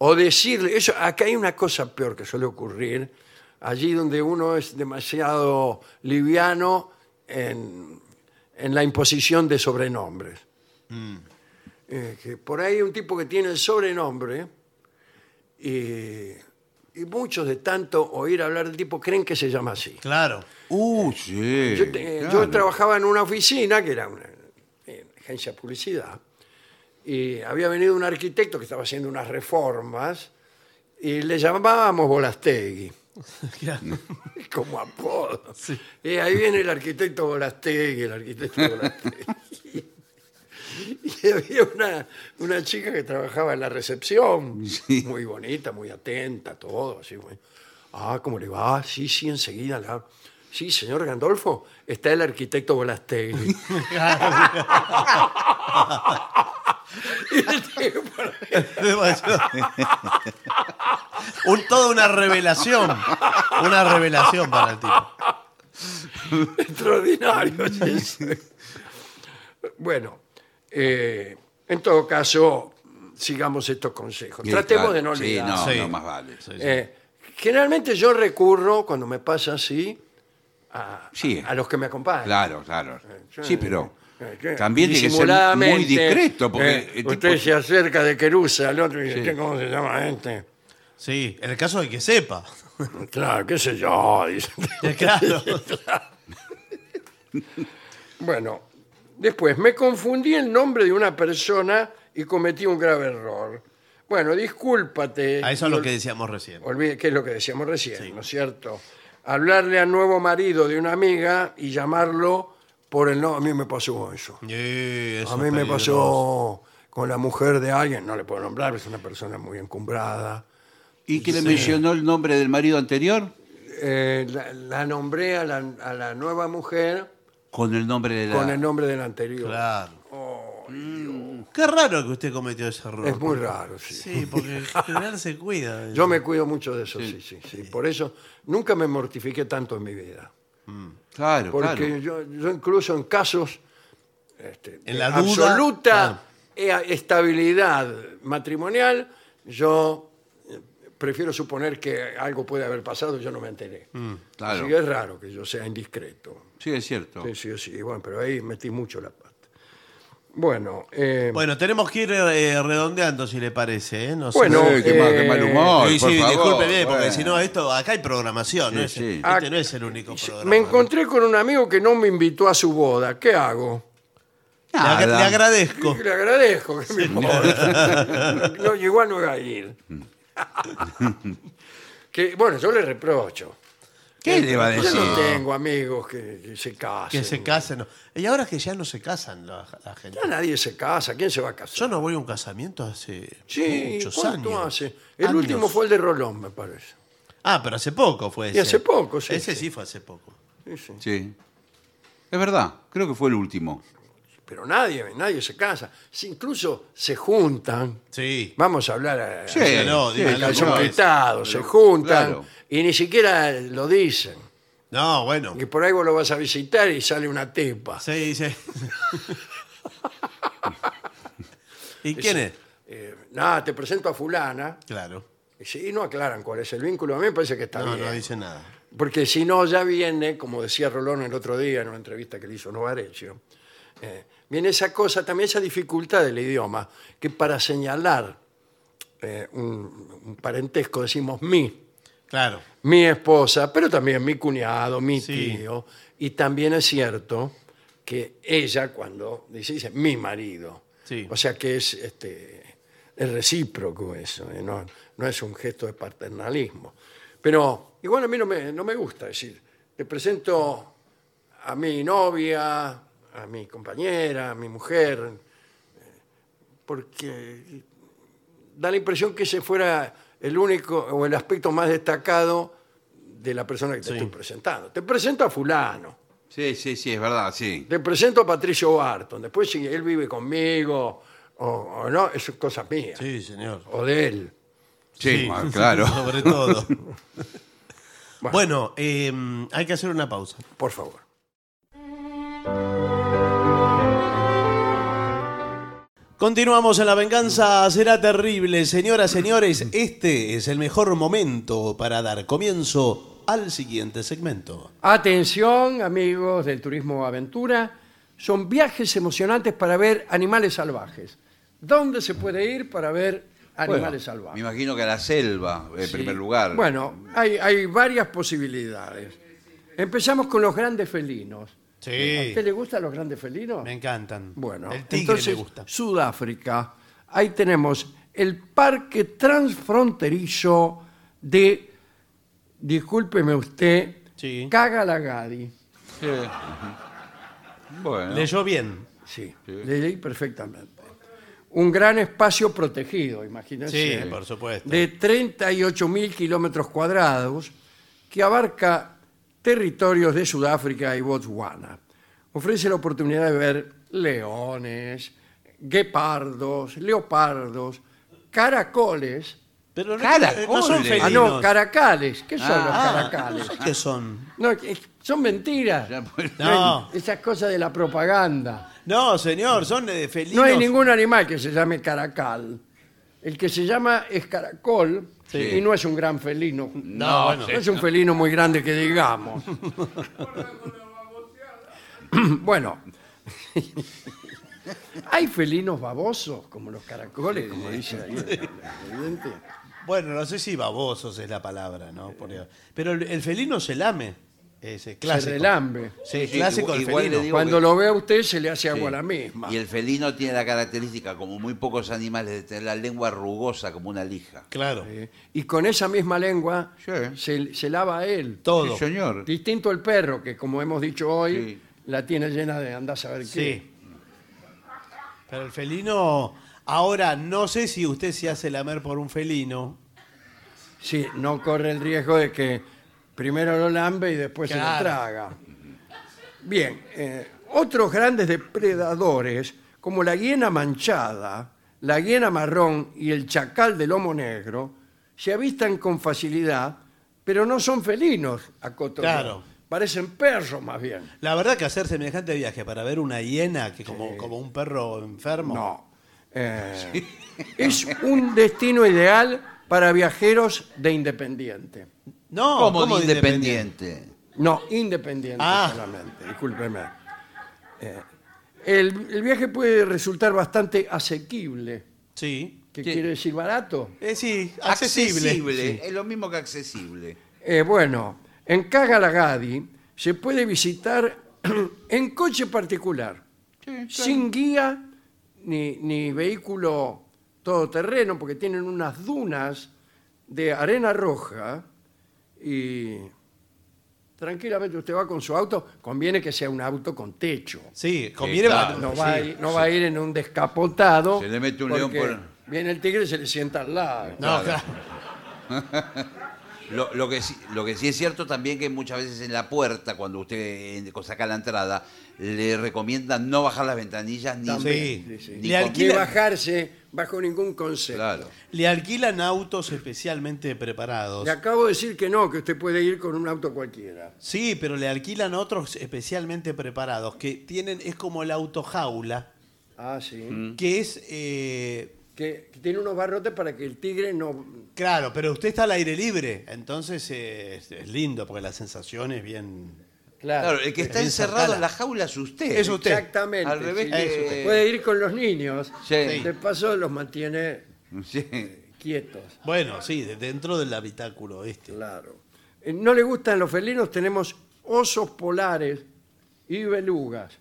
Speaker 1: O decirle, eso, acá hay una cosa peor que suele ocurrir, allí donde uno es demasiado liviano en, en la imposición de sobrenombres.
Speaker 2: Mm.
Speaker 1: Eh, que por ahí hay un tipo que tiene el sobrenombre y, y muchos de tanto oír hablar del tipo creen que se llama así.
Speaker 2: Claro.
Speaker 3: uh, sí.
Speaker 1: Yo, te- eh, yo
Speaker 3: claro.
Speaker 1: trabajaba en una oficina que era una eh, agencia de publicidad y había venido un arquitecto que estaba haciendo unas reformas y le llamábamos Bolastegui
Speaker 2: Claro.
Speaker 1: como apodo. Y ahí viene el arquitecto Bolastegui, el arquitecto Bolastegui. Y había una, una chica que trabajaba en la recepción, muy bonita, muy atenta, todo, así. muy- Ah, ¿cómo le va? Sí, sí, enseguida. le hablo. Sí, señor Gandolfo, está el arquitecto Bolastegui. Y el tipo,
Speaker 2: Un, toda una revelación. Una revelación para el tipo.
Speaker 1: Extraordinario. sí, sí. Bueno, eh, en todo caso, sigamos estos consejos.
Speaker 3: Sí,
Speaker 1: Tratemos
Speaker 3: claro.
Speaker 1: de no
Speaker 3: Sí,
Speaker 1: olvidar.
Speaker 3: no,
Speaker 2: Sí.
Speaker 3: no, más vale. Sí,
Speaker 1: Eh, generalmente yo recurro, cuando me pasa así, a,
Speaker 3: Sí.
Speaker 1: a los que me acompañan.
Speaker 3: Claro, claro.
Speaker 1: Yo-
Speaker 3: Sí, pero
Speaker 1: eh, yo-
Speaker 3: también tiene que ser muy
Speaker 1: disimuladamente,
Speaker 3: discreto. Porque
Speaker 1: eh,
Speaker 3: el tipo-
Speaker 1: usted se acerca de Querusa al otro y dice, ¿cómo se llama este?
Speaker 2: Sí, en el caso de que sepa.
Speaker 1: Claro, qué sé yo, dice.
Speaker 2: Claro.
Speaker 1: Bueno, después me confundí el nombre de una persona y cometí un grave error. Bueno, discúlpate.
Speaker 2: A eso es lo que decíamos recién.
Speaker 1: Olvide que es lo que decíamos recién, ¿no es cierto? Hablarle al nuevo marido de una amiga y llamarlo por el nombre. A mí me pasó eso.
Speaker 2: Sí, eso
Speaker 1: A mí
Speaker 2: es
Speaker 1: me pasó
Speaker 2: peligroso.
Speaker 1: con la mujer de alguien, no le puedo nombrar, es una persona muy encumbrada.
Speaker 3: ¿Y que le mencionó el nombre del marido anterior?
Speaker 1: Eh, la, la nombré a la, a la nueva mujer
Speaker 3: Con el nombre de la.
Speaker 1: con el nombre del anterior.
Speaker 2: Claro. Qué raro que usted cometió ese error.
Speaker 1: Oh, Es muy raro, sí.
Speaker 2: Sí, porque en general se cuida. de
Speaker 1: Yo
Speaker 2: eso.
Speaker 1: me cuido mucho de eso, sí, sí, sí. Por eso nunca me mortifiqué tanto en mi vida.
Speaker 3: Claro,
Speaker 1: Porque
Speaker 3: claro.
Speaker 1: yo, yo incluso en casos este,
Speaker 2: En
Speaker 1: de
Speaker 2: la duda, ah.
Speaker 1: absoluta e- estabilidad matrimonial, yo eh, prefiero suponer que algo puede haber pasado, yo no me enteré.
Speaker 2: Mm,
Speaker 3: claro.
Speaker 1: Así que es raro que yo sea indiscreto.
Speaker 3: Sí, es cierto.
Speaker 1: Sí, sí, sí. Bueno, pero ahí metí mucho la pata. Bueno, eh,
Speaker 2: Bueno, tenemos que ir eh, redondeando, si le parece. ¿eh? No sé.
Speaker 1: Bueno,
Speaker 3: Eh, qué, mal, qué mal
Speaker 1: eh,
Speaker 3: humor.
Speaker 2: Sí,
Speaker 3: por
Speaker 2: sí,
Speaker 3: favor.
Speaker 2: discúlpeme, porque
Speaker 3: Bueno.
Speaker 2: si no, esto, acá hay programación, ¿no? es,
Speaker 3: sí.
Speaker 2: Este
Speaker 1: Ah,
Speaker 2: no es el único programa.
Speaker 1: me encontré con un amigo que no me invitó a su boda. ¿Qué hago?
Speaker 2: Le, agra-
Speaker 3: Nada.
Speaker 2: le agradezco.
Speaker 1: Le agradezco que me importa. No, igual no va a ir.
Speaker 3: Mm.
Speaker 1: que, bueno, yo le reprocho.
Speaker 3: ¿Qué le va a
Speaker 1: Yo
Speaker 3: decir?
Speaker 1: no tengo amigos que, que se casen.
Speaker 2: Que se casen. ¿no? Y ahora es que ya no se casan la, la gente.
Speaker 1: Ya nadie se casa. ¿Quién se va a casar?
Speaker 2: Yo no voy a un casamiento hace
Speaker 1: sí,
Speaker 2: muchos
Speaker 1: ¿cuánto
Speaker 2: años.
Speaker 1: hace? El
Speaker 2: Años.
Speaker 1: último fue el de Rolón, me parece.
Speaker 2: Ah, pero hace poco fue ese.
Speaker 1: hace poco, sí,
Speaker 2: Ese
Speaker 1: sí.
Speaker 2: sí fue hace poco.
Speaker 1: Sí, sí.
Speaker 3: Sí. Es verdad, creo que fue el último.
Speaker 1: Pero nadie, nadie se casa. Si incluso se juntan.
Speaker 2: Sí.
Speaker 1: Vamos a hablar a,
Speaker 3: Sí,
Speaker 1: a-
Speaker 2: dígalo,
Speaker 3: sí,
Speaker 2: dígalo,
Speaker 1: a
Speaker 3: claro,
Speaker 1: calzón
Speaker 2: ¿cómo es?
Speaker 1: quitado, se juntan
Speaker 3: claro.
Speaker 1: y ni siquiera lo dicen.
Speaker 2: No, bueno.
Speaker 1: Que por ahí vos lo vas a visitar y sale una tepa.
Speaker 2: Sí, sí. ¿Y quién es?
Speaker 1: Eh, nada, te presento a fulana.
Speaker 2: Claro.
Speaker 1: Y si- y no aclaran cuál es el vínculo, a mí me parece que está
Speaker 2: No,
Speaker 1: bien.
Speaker 2: no dice nada.
Speaker 1: Porque si no, ya viene, como decía Rolón el otro día en una entrevista que le hizo Novarecio, eh, viene esa cosa, también esa dificultad del idioma, que para señalar eh, un, un parentesco decimos mi.
Speaker 2: Claro.
Speaker 1: mi esposa, pero también mi cuñado, mi
Speaker 2: Sí.
Speaker 1: tío. Y también es cierto que ella cuando dice, dice mi marido.
Speaker 2: Sí.
Speaker 1: O sea que es, este, es recíproco eso, ¿eh? no, no es un gesto de paternalismo. Pero igual a mí no me, no me gusta decir, te presento a mi novia, a mi compañera, a mi mujer, eh, porque da la impresión que ese fuera el único o el aspecto más destacado de la persona que te
Speaker 2: Sí.
Speaker 1: estoy presentando. Te presento a fulano,
Speaker 3: Sí, sí, sí, es verdad, sí.
Speaker 1: te presento a Patricio Barton, después si él vive conmigo o, o no, eso es cosa mía,
Speaker 2: Sí, señor.
Speaker 1: o de él.
Speaker 3: Sí, bueno, claro.
Speaker 2: Sobre todo. bueno, eh, hay que hacer una pausa.
Speaker 1: Por favor.
Speaker 2: Continuamos en la venganza, será terrible. Señoras, señores, este es el mejor momento para dar comienzo al siguiente segmento.
Speaker 1: Atención, amigos del turismo aventura, son viajes emocionantes para ver animales salvajes. ¿Dónde se puede ir para ver animales salvajes?
Speaker 3: Me imagino que a la selva, en primer
Speaker 1: Sí.
Speaker 3: lugar.
Speaker 1: Bueno, hay, hay varias posibilidades. Empezamos con los grandes felinos. ¿A
Speaker 2: Sí,
Speaker 1: usted le gustan los grandes felinos?
Speaker 2: me encantan.
Speaker 1: Bueno,
Speaker 2: el tigre
Speaker 1: entonces,
Speaker 2: me gusta.
Speaker 1: Sudáfrica. Ahí tenemos el parque transfronterizo de, discúlpeme usted,
Speaker 2: Sí.
Speaker 1: Cagalagadi.
Speaker 3: Bueno.
Speaker 2: Leyó bien.
Speaker 1: Sí, leí perfectamente. Un gran espacio protegido,
Speaker 2: Sí,
Speaker 1: imagínense.
Speaker 2: por supuesto.
Speaker 1: de 38.000 kilómetros cuadrados que abarca territorios de Sudáfrica y Botswana. Ofrece la oportunidad de ver leones, guepardos, leopardos, caracoles.
Speaker 2: Pero no,
Speaker 3: Caracoles.
Speaker 2: no son
Speaker 1: Ah,
Speaker 2: felinos.
Speaker 1: no, caracales. ¿Qué son
Speaker 2: Ah,
Speaker 1: los caracales?
Speaker 2: no sé ¿Qué son?
Speaker 1: No, es- son mentiras.
Speaker 3: Ya, pues,
Speaker 2: No,
Speaker 1: Esas cosas de la propaganda.
Speaker 2: no, señor, son de felinos.
Speaker 1: No hay ningún animal que se llame caracal. El que se llama es caracol
Speaker 2: Sí.
Speaker 1: y no es un gran felino.
Speaker 2: No, bueno.
Speaker 1: No es un felino muy grande que digamos. bueno. Hay felinos babosos, como los caracoles, como dice ahí. el evidente.
Speaker 2: Bueno, no sé si babosos es la palabra, ¿no? Por Dios. Pero el, el felino se lame. Ese clásico.
Speaker 1: Se relambe.
Speaker 2: Sí,
Speaker 3: Sí,
Speaker 2: clásico
Speaker 3: igual-
Speaker 2: el
Speaker 3: igual le
Speaker 2: felino.
Speaker 3: digo-
Speaker 1: Cuando lo ve a usted se le hace
Speaker 3: sí.
Speaker 1: agua a la misma.
Speaker 3: Y el felino tiene la característica, como muy pocos animales, de tener la lengua rugosa como una lija.
Speaker 2: Claro,
Speaker 1: Eh, Y con esa misma lengua
Speaker 3: Sí.
Speaker 1: se, se lava a él.
Speaker 2: todo.
Speaker 3: Sí, señor.
Speaker 1: Distinto el perro, que como hemos dicho hoy,
Speaker 3: Sí.
Speaker 1: la tiene llena de andás a ver qué.
Speaker 2: Sí. Pero el felino. Ahora, no sé si usted se hace lamer por un felino.
Speaker 1: Sí, no corre el riesgo de que primero lo lambe y después se
Speaker 2: Claro.
Speaker 1: lo traga. Bien, eh, otros grandes depredadores, como la hiena manchada, la hiena marrón y el chacal de lomo negro, se avistan con facilidad, pero no son felinos, a
Speaker 2: Claro.
Speaker 1: Parecen perros más bien.
Speaker 2: La verdad que hacer semejante viaje para ver una hiena que como, como un perro enfermo.
Speaker 1: No. Eh, Es un destino ideal para viajeros de independiente.
Speaker 2: No,
Speaker 3: como
Speaker 2: ¿cómo
Speaker 3: de
Speaker 2: de
Speaker 3: independiente.
Speaker 1: No, independiente
Speaker 2: Ah.
Speaker 1: solamente, discúlpeme. Eh, el, el viaje puede resultar bastante asequible.
Speaker 2: Sí.
Speaker 1: ¿Qué
Speaker 3: Sí.
Speaker 1: quiere decir barato?
Speaker 2: Eh, sí, accesible. Sí.
Speaker 3: Es lo mismo que accesible.
Speaker 1: Eh, bueno, en Cagalagadi se puede visitar en coche particular, sin guía ni, ni vehículo todoterreno, porque tienen unas dunas de arena roja y tranquilamente usted va con su auto, conviene que sea un auto con techo.
Speaker 2: Sí, conviene.
Speaker 3: Sí, claro.
Speaker 1: No
Speaker 2: sí.
Speaker 1: va, a, ir, no va a ir en un descapotado.
Speaker 3: Se le mete un león
Speaker 1: porque
Speaker 3: por-
Speaker 1: Viene el tigre y se le sienta al lado.
Speaker 2: No,
Speaker 3: Claro.
Speaker 2: claro.
Speaker 3: Lo, lo que sí, lo que sí es cierto también que muchas veces en la puerta, cuando usted eh, saca la entrada, le recomiendan no bajar las ventanillas ni,
Speaker 2: Sí.
Speaker 3: ni-
Speaker 1: Sí, sí.
Speaker 3: ni
Speaker 2: Le
Speaker 3: con-
Speaker 1: Ni
Speaker 2: alquilan-
Speaker 1: bajarse bajo ningún concepto.
Speaker 3: Claro.
Speaker 2: Le alquilan autos especialmente preparados.
Speaker 1: Le acabo de decir que no, que usted puede ir con un auto cualquiera.
Speaker 2: Sí, pero le alquilan otros especialmente preparados que tienen es como el autojaula,
Speaker 1: Ah, sí.
Speaker 3: Mm.
Speaker 2: que es eh,
Speaker 1: Que, que tiene unos barrotes para que el tigre no...
Speaker 2: claro, pero usted está al aire libre, entonces eh, es, es lindo porque la sensación es bien.
Speaker 1: Claro,
Speaker 3: Claro, el que está
Speaker 2: Bien
Speaker 3: encerrado
Speaker 2: cercana.
Speaker 3: en la jaula es usted.
Speaker 2: Es usted.
Speaker 1: exactamente.
Speaker 3: Al revés
Speaker 1: sí.
Speaker 3: que-
Speaker 1: Eso. Puede ir con los niños.
Speaker 3: Sí.
Speaker 1: De paso los mantiene
Speaker 3: Sí.
Speaker 1: quietos.
Speaker 2: Bueno, sí, de- dentro del habitáculo este.
Speaker 1: Claro. Eh, No le gustan los felinos, tenemos osos polares y belugas.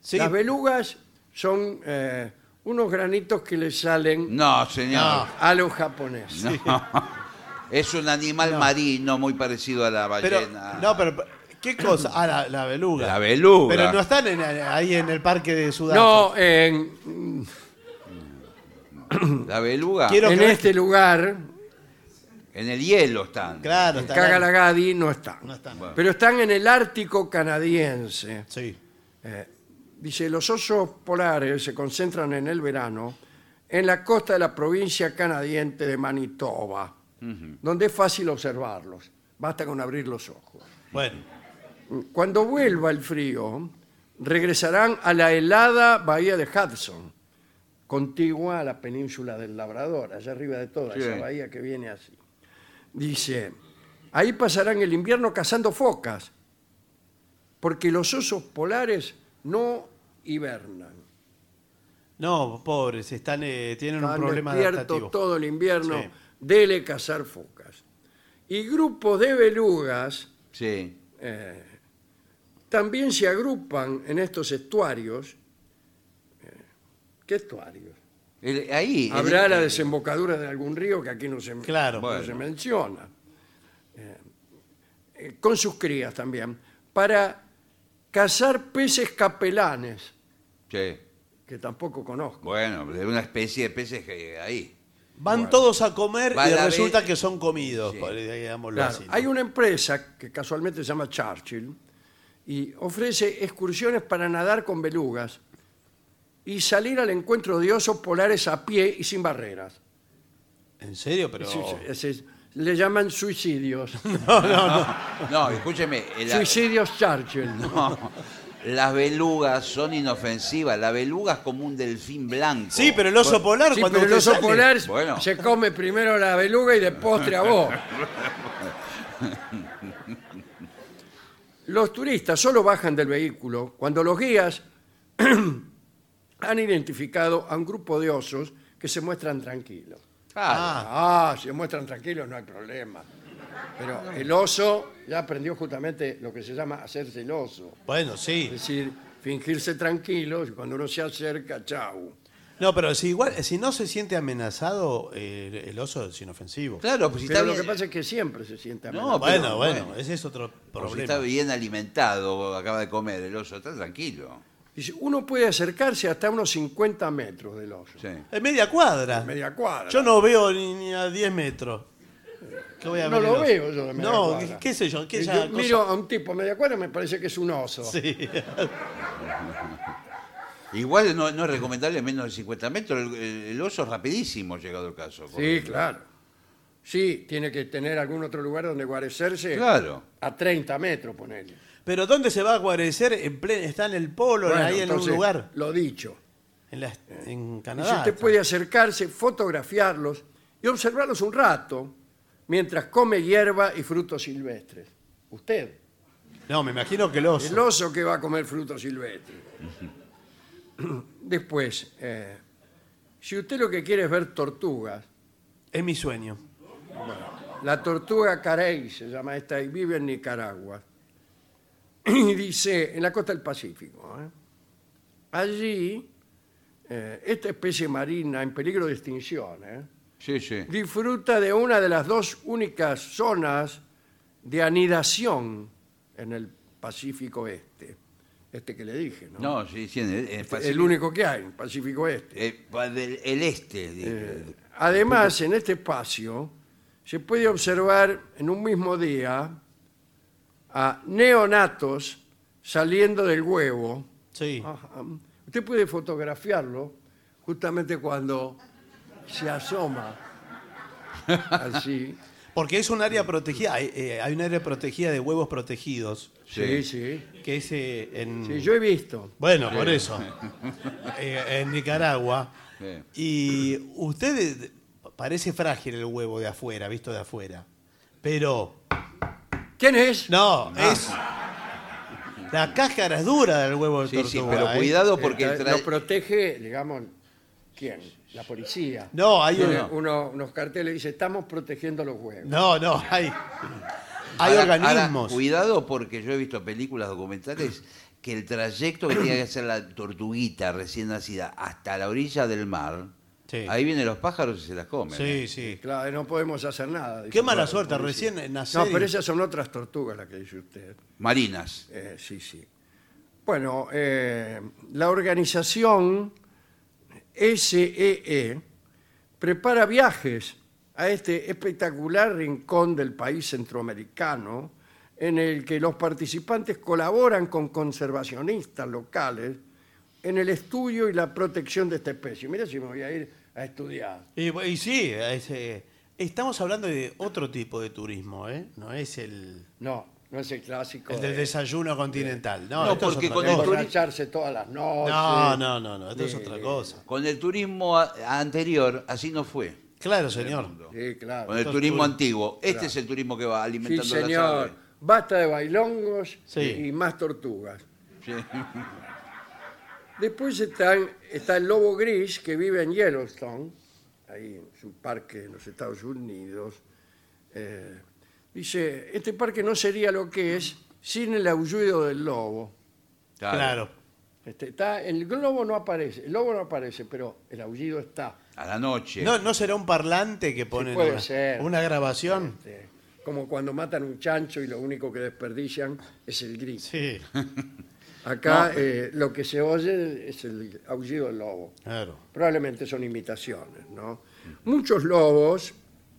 Speaker 2: Sí.
Speaker 1: Las belugas son eh, unos granitos que le salen
Speaker 3: No, señor.
Speaker 1: a los japoneses.
Speaker 3: Es un animal marino muy parecido a la
Speaker 2: Pero,
Speaker 3: ballena.
Speaker 2: no, pero, ¿qué cosa? Ah, la, la beluga.
Speaker 3: La beluga.
Speaker 2: Pero no están en- ahí en el parque de Sudáfrica.
Speaker 1: No, en,
Speaker 3: La beluga.
Speaker 2: Quiero-
Speaker 1: en
Speaker 2: creer
Speaker 1: este lugar,
Speaker 3: En el hielo están.
Speaker 2: Claro, están.
Speaker 1: Kagalagadi no está.
Speaker 2: No están.
Speaker 1: Pero están en el Ártico canadiense.
Speaker 2: Sí.
Speaker 1: Dice, los osos polares se concentran en el verano en la costa de la provincia canadiense de Manitoba, donde es fácil observarlos, basta con abrir los ojos.
Speaker 2: Bueno,
Speaker 1: Cuando vuelva el frío, regresarán a la helada bahía de Hudson, contigua a la península del Labrador, allá arriba de toda
Speaker 3: Sí.
Speaker 1: esa bahía que viene así. Dice, ahí pasarán el invierno cazando focas, porque los osos polares no hibernan.
Speaker 2: no, pobres, están, eh, tienen un
Speaker 1: Están
Speaker 2: problema adaptativo.
Speaker 1: despiertos todo el invierno,
Speaker 2: Sí.
Speaker 1: dele cazar focas. Y grupos de belugas
Speaker 3: Sí.
Speaker 1: también se agrupan en estos estuarios. eh, ¿Qué estuarios?
Speaker 3: El- ahí. en
Speaker 1: Habrá
Speaker 3: el-
Speaker 1: la desembocadura de algún río que aquí no se,
Speaker 2: Claro.
Speaker 1: no
Speaker 3: Bueno.
Speaker 1: se menciona. Eh, eh, con sus crías también. Para cazar peces capelanes,
Speaker 3: Sí.
Speaker 1: que tampoco conozco.
Speaker 3: Bueno, de una especie de peces que ahí.
Speaker 2: Van todos a comer
Speaker 3: Va
Speaker 2: y
Speaker 3: la
Speaker 2: resulta
Speaker 3: ve-
Speaker 2: que son comidos,
Speaker 3: Sí.
Speaker 2: por- digámoslo
Speaker 1: Claro,
Speaker 2: así, ¿no?
Speaker 1: hay una empresa que casualmente se llama Churchill y ofrece excursiones para nadar con belugas y salir al encuentro de osos polares a pie y sin barreras.
Speaker 2: ¿En serio? Pero...
Speaker 1: Sí, sí, es- es- le llaman suicidios.
Speaker 3: No, escúcheme. el-
Speaker 1: suicidios Churchill.
Speaker 3: no, las belugas son inofensivas. La beluga es como un delfín blanco.
Speaker 2: Sí, pero el oso polar
Speaker 1: Sí,
Speaker 2: cuando
Speaker 1: pero el
Speaker 2: usted
Speaker 1: oso
Speaker 2: sale-
Speaker 1: polar
Speaker 3: Bueno.
Speaker 1: se come primero la beluga y de postre a vos. Los turistas solo bajan del vehículo cuando los guías han identificado a un grupo de osos que se muestran tranquilos.
Speaker 3: Claro.
Speaker 1: Ah, se muestran tranquilos, no hay problema. Pero el oso ya aprendió justamente lo que se llama hacerse el oso.
Speaker 2: Bueno, sí.
Speaker 1: Es decir, fingirse tranquilos y cuando uno se acerca, chau.
Speaker 2: No, pero si igual, si no se siente amenazado, eh, el- el oso es inofensivo.
Speaker 3: Claro, pues si
Speaker 1: Pero
Speaker 3: está
Speaker 1: lo que
Speaker 2: eh.
Speaker 3: bien-
Speaker 1: pasa es que siempre se siente
Speaker 3: No,
Speaker 1: amenazado.
Speaker 2: bueno,
Speaker 3: pero-
Speaker 2: bueno,
Speaker 3: bueno.
Speaker 2: ese es otro
Speaker 3: pues si
Speaker 2: problema.
Speaker 3: está bien alimentado, acaba de comer el oso, está tranquilo.
Speaker 1: Dice, uno puede acercarse hasta unos 50 metros del oso.
Speaker 3: Sí.
Speaker 2: Es media cuadra.
Speaker 1: Media cuadra.
Speaker 2: Yo no veo ni, ni a 10 metros. ¿Qué voy a
Speaker 1: No
Speaker 2: ver
Speaker 1: lo
Speaker 2: el oso?
Speaker 1: veo yo de media
Speaker 2: No,
Speaker 1: cuadra.
Speaker 2: qué- qué sé yo. qué
Speaker 1: Y
Speaker 2: esa
Speaker 1: yo
Speaker 2: cosa-
Speaker 1: miro a un tipo a media cuadra y me parece que es un oso.
Speaker 2: Sí.
Speaker 3: Igual no, no es recomendable menos de 50 metros. El, el- el oso es rapidísimo, llegado el caso.
Speaker 1: Sí, claro. Sí, tiene que tener algún otro lugar donde guarecerse
Speaker 3: Claro.
Speaker 1: a 30 metros, ponele.
Speaker 2: Pero ¿dónde se va a guarecer? En plen- está en el polo,
Speaker 1: Bueno,
Speaker 2: ahí en
Speaker 1: entonces,
Speaker 2: un lugar.
Speaker 1: Lo dicho.
Speaker 2: En, la est- en
Speaker 1: Y
Speaker 2: Canadá.
Speaker 1: si usted puede acercarse, fotografiarlos y observarlos un rato mientras come hierba y frutos silvestres. Usted.
Speaker 2: No, me imagino que el oso.
Speaker 1: El oso que va a comer frutos silvestres. Después, eh, si usted lo que quiere es ver tortugas,
Speaker 2: Es mi sueño.
Speaker 1: la tortuga carey se llama esta y vive en Nicaragua. Y dice, en la costa del Pacífico. ¿eh? Allí, eh, esta especie marina en peligro de extinción ¿eh?
Speaker 3: Sí, sí.
Speaker 1: disfruta de una de las dos únicas zonas de anidación en el Pacífico Este. Este que le dije, ¿no?
Speaker 3: No, sí, sí. en el, en el
Speaker 1: el
Speaker 3: Pacífico-
Speaker 1: único que hay, Pacífico Este.
Speaker 3: eh, pa- del- el este. dije.
Speaker 1: Eh, Además, en este espacio se puede observar en un mismo día a neonatos saliendo del huevo.
Speaker 2: Sí.
Speaker 1: Ajá. Usted puede fotografiarlo justamente cuando se asoma así.
Speaker 2: Porque es un área protegida. Hay, eh, hay un área protegida de huevos protegidos.
Speaker 1: Sí,
Speaker 3: Sí.
Speaker 1: sí.
Speaker 2: Que es eh, en.
Speaker 1: Sí, yo he visto.
Speaker 2: Bueno, por eso. Eh, en Nicaragua.
Speaker 3: Sí.
Speaker 2: Y usted eh, parece frágil el huevo de afuera, visto de afuera. Pero
Speaker 1: ¿Quién es?
Speaker 2: no, es la cáscara es dura del huevo de
Speaker 3: Sí, sí,
Speaker 2: tortuga.
Speaker 3: pero
Speaker 2: ¿eh?
Speaker 3: cuidado porque
Speaker 1: Eh,
Speaker 3: el tra-
Speaker 1: Lo protege, digamos, ¿Quién? La policía.
Speaker 2: No, hay
Speaker 1: Tiene
Speaker 2: uno.
Speaker 1: uno- unos carteles que dice, estamos protegiendo los huevos.
Speaker 2: No, no, hay. Hay
Speaker 3: Ahora- ahora,
Speaker 2: organismos.
Speaker 3: cuidado porque yo he visto películas documentales que el trayecto que tiene que hacer la tortuguita recién nacida hasta la orilla del mar,
Speaker 2: Sí.
Speaker 3: ahí vienen los pájaros y se las comen. ¿eh?
Speaker 2: sí, sí.
Speaker 1: Claro, no podemos hacer nada. dice
Speaker 2: Qué mala
Speaker 1: la
Speaker 2: suerte,
Speaker 1: policía.
Speaker 2: recién nací.
Speaker 1: No, pero esas son otras tortugas las que dice usted.
Speaker 3: Marinas.
Speaker 1: Eh, sí, sí. Bueno, eh, la organización SEE prepara viajes a este espectacular rincón del país centroamericano en el que los participantes colaboran con conservacionistas locales en el estudio y la protección de esta especie. Mira si me voy a ir a estudiar.
Speaker 2: Y, bu- y sí, es, eh, estamos hablando de otro tipo de turismo, ¿eh? No es el,
Speaker 1: No, no es el clásico.
Speaker 2: el del
Speaker 1: de-
Speaker 2: desayuno continental. No,
Speaker 3: No,
Speaker 2: esto es
Speaker 3: porque
Speaker 2: otra
Speaker 3: con
Speaker 2: cosa.
Speaker 3: el turi-
Speaker 1: emborracharse todas las noches.
Speaker 2: No, no, no, no, esto es
Speaker 1: Sí.
Speaker 2: otra cosa.
Speaker 3: Con el turismo a- anterior, así no fue.
Speaker 2: Claro, señor.
Speaker 1: Sí, claro.
Speaker 3: Con el
Speaker 2: Esto es
Speaker 3: turismo
Speaker 2: turismo.
Speaker 3: antiguo. Este es el turismo que va
Speaker 1: Sí,
Speaker 3: alimentando las
Speaker 1: señor.
Speaker 3: aves.
Speaker 1: Basta de bailongos
Speaker 2: Sí.
Speaker 1: y más tortugas. Después están, está el lobo gris que vive en Yellowstone, ahí en su parque en los Estados Unidos. Eh, dice, este parque no sería lo que es sin el aullido del lobo.
Speaker 3: Claro.
Speaker 2: Claro.
Speaker 1: Este, está, el globo no aparece, el lobo no aparece, pero el aullido está.
Speaker 3: A la noche.
Speaker 2: No, ¿No será un parlante que pone
Speaker 1: puede
Speaker 2: una,
Speaker 1: ser.
Speaker 2: una grabación?
Speaker 1: Este, como cuando matan un chancho y lo único que desperdician es el gris.
Speaker 2: Sí,
Speaker 1: Acá eh, lo que se oye es el aullido del lobo.
Speaker 2: claro.
Speaker 1: Probablemente son imitaciones, ¿no? Muchos lobos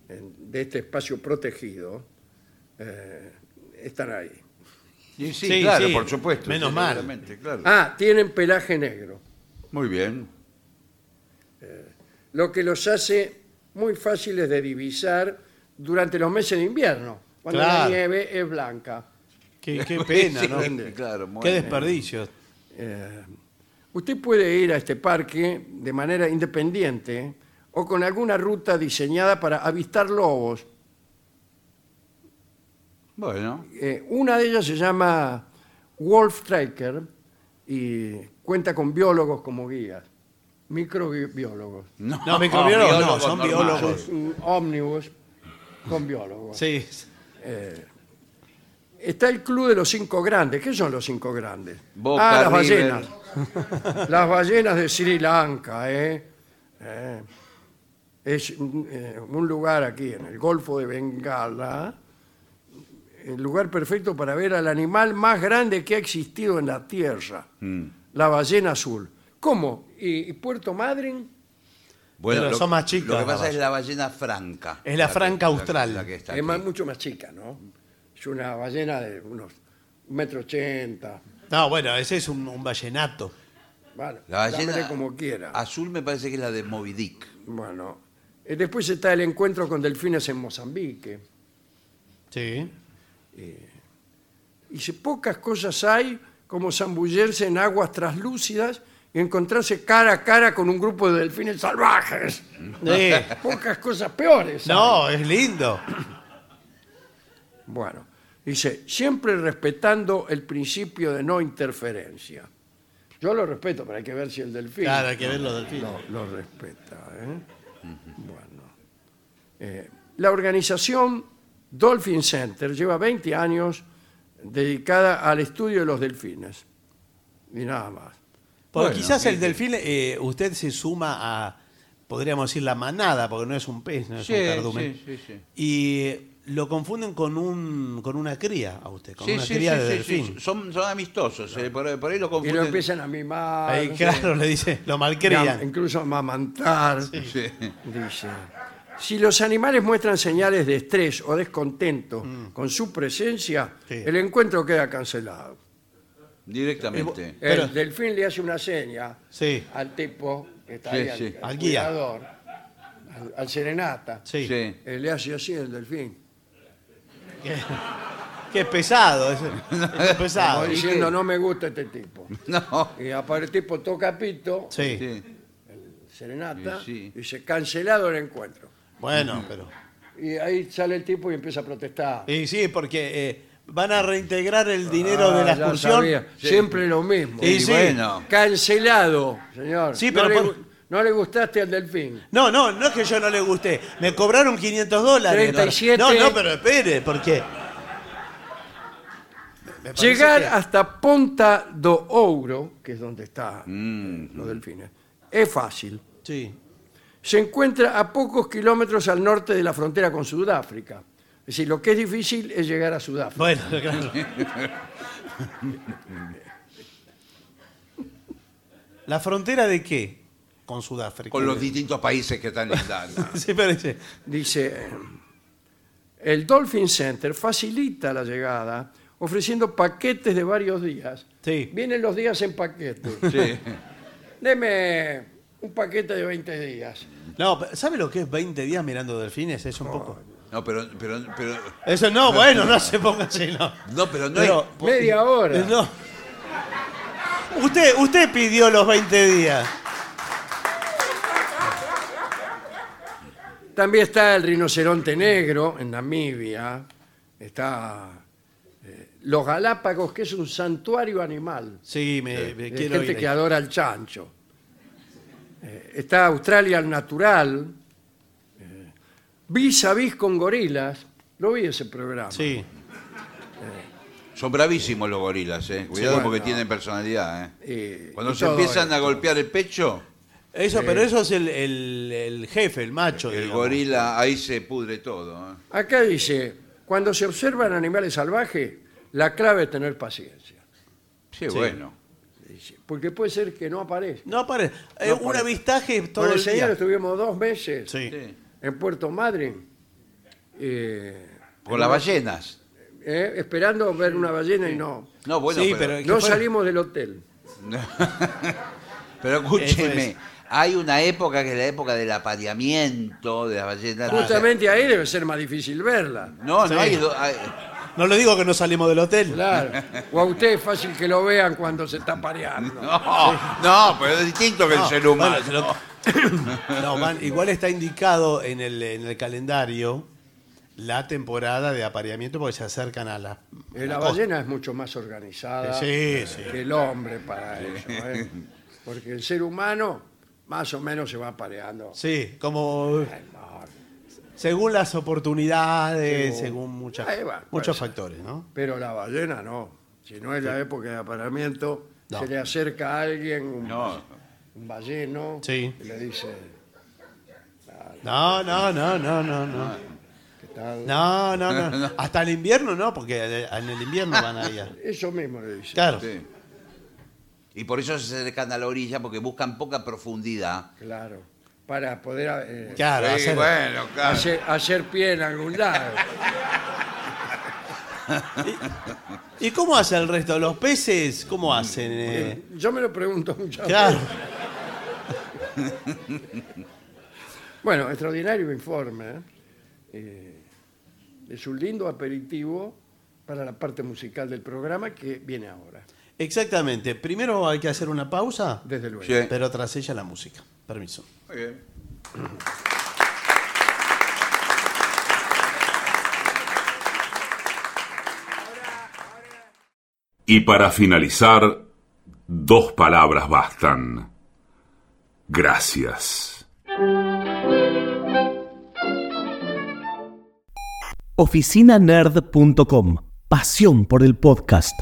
Speaker 1: en- de este espacio protegido eh, están ahí.
Speaker 3: Y sí,
Speaker 2: Sí,
Speaker 3: claro,
Speaker 2: sí.
Speaker 3: por supuesto.
Speaker 2: Menos
Speaker 3: Sí,
Speaker 2: mal.
Speaker 3: seguramente, claro.
Speaker 1: Ah, tienen pelaje negro,
Speaker 3: Muy bien.
Speaker 1: lo que los hace muy fáciles de divisar durante los meses de invierno, cuando la
Speaker 2: Claro.
Speaker 1: nieve es blanca.
Speaker 2: Qué, qué pena,
Speaker 3: Sí,
Speaker 2: ¿no?
Speaker 3: Claro, muy
Speaker 2: Qué
Speaker 3: bien.
Speaker 2: desperdicio.
Speaker 1: Eh, usted puede ir a este parque de manera independiente o con alguna ruta diseñada para avistar lobos.
Speaker 3: Bueno.
Speaker 1: Eh, una de ellas se llama Wolf Tracker y cuenta con biólogos como guías, microbiólogos.
Speaker 3: No,
Speaker 2: No, microbiólogos no, son
Speaker 3: normales.
Speaker 2: biólogos.
Speaker 1: Un ómnibus con biólogos.
Speaker 2: Sí.
Speaker 1: Está el Club de los Cinco Grandes. ¿Qué son los Cinco Grandes?
Speaker 3: Boca,
Speaker 1: ah, las
Speaker 3: River.
Speaker 1: ballenas. las ballenas de Sri Lanka. ¿eh? Eh, es un, eh, un lugar aquí en el Golfo de Bengala. El lugar perfecto para ver al animal más grande que ha existido en la Tierra.
Speaker 3: Mm.
Speaker 1: La ballena azul. ¿Cómo? ¿Y, y Puerto Madryn?
Speaker 3: Bueno,
Speaker 2: Pero
Speaker 3: lo-
Speaker 2: son más chicas
Speaker 3: Lo que
Speaker 2: las
Speaker 3: pasa es
Speaker 2: ballenas.
Speaker 3: la ballena franca.
Speaker 2: Es la franca
Speaker 3: que-
Speaker 2: austral.
Speaker 3: La, que está
Speaker 1: Es más-
Speaker 3: aquí.
Speaker 1: mucho más chica, ¿no? Es una ballena de unos metro ochenta.
Speaker 2: No, bueno, ese es un, un vallenato.
Speaker 1: Bueno,
Speaker 3: La ballena
Speaker 1: llámele como quiera.
Speaker 3: Azul me parece que es la de Moby Dick.
Speaker 1: Bueno, eh, después está el encuentro con delfines en Mozambique.
Speaker 2: Sí.
Speaker 1: Y si pocas cosas hay como zambullirse en aguas traslúcidas y encontrarse cara a cara con un grupo de delfines salvajes.
Speaker 2: Sí.
Speaker 1: Pocas cosas peores. hay.
Speaker 2: No, es lindo.
Speaker 1: Bueno, dice, siempre respetando el principio de no interferencia. Yo lo respeto, pero hay que ver si el delfín...
Speaker 2: Claro, hay que ver los delfines.
Speaker 1: lo, lo respeta. ¿eh? Bueno. Eh, la organización Dolphin Center lleva 20 años dedicada al estudio de los delfines. Y nada más.
Speaker 2: Porque
Speaker 3: Bueno,
Speaker 2: quizás el delfín, eh, usted se suma a, podríamos decir, la manada, porque no es un pez, no es
Speaker 3: Sí,
Speaker 2: un cardumen.
Speaker 3: sí, sí, sí.
Speaker 2: Y eh, lo confunden con un con una cría a usted, con
Speaker 3: Sí,
Speaker 2: una
Speaker 3: sí,
Speaker 2: cría
Speaker 3: sí,
Speaker 2: de
Speaker 3: sí,
Speaker 2: delfín.
Speaker 3: sí, Son, son amistosos. eh, por, ahí- por ahí lo
Speaker 1: Y
Speaker 3: confunden.
Speaker 1: lo empiezan a mimar.
Speaker 2: Ahí,
Speaker 1: sí,
Speaker 2: claro, le dice, lo
Speaker 1: a-
Speaker 2: malcrían.
Speaker 1: incluso a amamantar.
Speaker 3: Sí.
Speaker 1: Dice, si los animales muestran señales de estrés o descontento con su presencia,
Speaker 2: Mm. Sí.
Speaker 1: el encuentro queda cancelado.
Speaker 3: Directamente.
Speaker 2: Pero-
Speaker 1: el delfín le hace una seña
Speaker 2: Sí,
Speaker 1: al tipo que está
Speaker 3: Sí,
Speaker 1: ahí, al-
Speaker 3: sí.
Speaker 1: al,
Speaker 2: Al guía.
Speaker 1: cuidador, al, al serenata.
Speaker 2: sí.
Speaker 3: Sí.
Speaker 1: Eh, le hace así el delfín,
Speaker 2: Qué pesado, es, es pesado.
Speaker 1: como
Speaker 3: ¿y
Speaker 1: diciendo
Speaker 3: qué?
Speaker 1: no me gusta este tipo.
Speaker 3: No.
Speaker 1: Y aparte el tipo toca pito,
Speaker 2: Sí,
Speaker 3: Sí.
Speaker 1: serenata,
Speaker 3: Y sí.
Speaker 1: y se cancelado el encuentro.
Speaker 2: bueno, pero...
Speaker 1: Y ahí sale el tipo y empieza a protestar.
Speaker 2: Y sí, porque eh, van a reintegrar el dinero
Speaker 1: Ah,
Speaker 2: de la
Speaker 1: ya
Speaker 2: excursión.
Speaker 1: sabía, Siempre lo mismo.
Speaker 2: Y
Speaker 3: Y
Speaker 2: sí.
Speaker 3: bueno.
Speaker 1: Cancelado, señor.
Speaker 2: Sí,
Speaker 1: no,
Speaker 2: pero
Speaker 1: le,
Speaker 2: por-
Speaker 1: gu- No le gustaste al delfín.
Speaker 2: No, no, no es que yo no le guste. Me cobraron 500 dólares.
Speaker 1: 37.
Speaker 2: No, no, pero espere, porque... Me parece
Speaker 1: Llegar
Speaker 2: que-
Speaker 1: hasta Ponta do Ouro, que es donde están
Speaker 2: Mm.
Speaker 3: mm,
Speaker 1: los delfines, es fácil.
Speaker 2: Sí.
Speaker 1: Se encuentra a pocos kilómetros al norte de la frontera con Sudáfrica. Es decir, lo que es difícil es llegar a Sudáfrica.
Speaker 2: Bueno, claro. ¿La frontera de qué? Con Sudáfrica.
Speaker 3: Con los distintos países que están lindando.
Speaker 2: Sí, parece.
Speaker 1: Dice, el Dolphin Center facilita la llegada ofreciendo paquetes de varios días.
Speaker 2: Sí.
Speaker 1: Vienen los días en paquetes.
Speaker 3: Sí.
Speaker 1: Deme un paquete de 20 días.
Speaker 2: No, pero ¿sabe lo que es 20 días mirando delfines? Es un poco.
Speaker 3: No, pero, pero, pero,
Speaker 2: Eso no, bueno, no se ponga así, no.
Speaker 3: no, pero no
Speaker 2: Pero-
Speaker 3: es-
Speaker 1: Media hora.
Speaker 2: No. Usted, usted pidió los 20 días.
Speaker 1: También está el rinoceronte negro en Namibia. Está eh, los Galápagos, que es un santuario animal.
Speaker 2: Sí, me, me
Speaker 1: de
Speaker 2: Eh, quiero
Speaker 1: Eh, gente
Speaker 2: ir.
Speaker 1: que
Speaker 2: ahí.
Speaker 1: adora el chancho. Eh, está Australia al natural. eh, vis a vis con gorilas. Lo vi ese programa.
Speaker 2: Sí.
Speaker 3: Son bravísimos los gorilas, eh. Cuidado
Speaker 1: bueno.
Speaker 3: porque tienen personalidad, eh.
Speaker 1: Y-
Speaker 3: Cuando
Speaker 1: y
Speaker 3: se
Speaker 1: todo
Speaker 3: empiezan a
Speaker 1: esto.
Speaker 3: golpear el pecho,
Speaker 2: Eso, pero eso es el, el- el jefe, el macho.
Speaker 3: el
Speaker 2: digamos.
Speaker 3: gorila ahí se pudre todo. eh.
Speaker 1: Acá dice, cuando se observan animales salvajes, la clave es tener paciencia.
Speaker 3: sí. bueno.
Speaker 1: Dice, Porque puede ser que no aparezca.
Speaker 2: No aparece. Eh,
Speaker 1: No
Speaker 2: un
Speaker 1: aparece.
Speaker 2: avistaje todo
Speaker 1: Con el
Speaker 2: el día.
Speaker 1: señor estuvimos dos meses
Speaker 2: Sí.
Speaker 3: Sí.
Speaker 1: en Puerto Madryn eh,
Speaker 3: Por las ballenas.
Speaker 1: eh, esperando ver una ballena y no.
Speaker 3: No, bueno,
Speaker 2: Sí,
Speaker 3: pero,
Speaker 2: pero-
Speaker 1: No
Speaker 2: fue?
Speaker 1: salimos del hotel.
Speaker 3: pero
Speaker 2: Eso
Speaker 3: escúcheme,
Speaker 2: es.
Speaker 3: hay una época que es la época del apareamiento de las
Speaker 2: Ah,
Speaker 3: ballenas.
Speaker 1: Justamente ahí debe ser más difícil verla.
Speaker 3: No,
Speaker 2: Sí.
Speaker 3: no hay, do- hay-
Speaker 2: No le digo que no salimos del hotel.
Speaker 1: Claro. O a usted es fácil que lo vean cuando se está pareando.
Speaker 3: No, no, pero es distinto que el
Speaker 2: No,
Speaker 3: ser humano.
Speaker 2: bueno, se lo- No, man, igual está indicado en el, en el calendario la temporada de apareamiento porque se acercan a la.
Speaker 1: Eh, La ballena es mucho más organizada
Speaker 2: Sí, sí.
Speaker 1: que el hombre para eso. ¿eh? Porque el ser humano más o menos se va pareando.
Speaker 2: Sí, como
Speaker 1: Ay, no.
Speaker 2: según las oportunidades, según muchas,
Speaker 1: Ahí va, pues.
Speaker 2: muchos
Speaker 1: puede
Speaker 2: factores, ¿no?
Speaker 1: Pero la ballena no. Si no es la época de apareamiento,
Speaker 2: No.
Speaker 1: se le acerca a alguien, un,
Speaker 3: No.
Speaker 1: un balleno,
Speaker 2: Sí.
Speaker 1: y le dice,
Speaker 2: No, no, no, no, no,
Speaker 3: Ah.
Speaker 2: no.
Speaker 1: ¿qué tal?
Speaker 2: No, no, no. Hasta el invierno no, porque en el invierno van ahí. a-
Speaker 1: Eso mismo le dice.
Speaker 2: Claro.
Speaker 3: Sí. Y por eso se acercan a la orilla porque buscan poca profundidad.
Speaker 1: Claro. Para poder eh,
Speaker 2: Claro,
Speaker 3: Sí,
Speaker 2: hacer-
Speaker 3: bueno, claro.
Speaker 1: hacer, hacer pie en algún lado.
Speaker 2: ¿Y cómo hace el resto? ¿Los peces
Speaker 3: Mm,
Speaker 2: cómo hacen? eh?
Speaker 1: Yo me lo pregunto muchas
Speaker 2: Claro.
Speaker 1: veces. Bueno, extraordinario informe. ¿eh? Eh, es un lindo aperitivo para la parte musical del programa que viene ahora,
Speaker 2: Exactamente. Primero hay que hacer una pausa,
Speaker 1: desde luego.
Speaker 3: Sí.
Speaker 2: pero tras ella la música. Permiso.
Speaker 3: Muy bien.
Speaker 4: Y para finalizar, dos palabras bastan. Gracias.
Speaker 5: oficinanerd.com. Pasión por el podcast.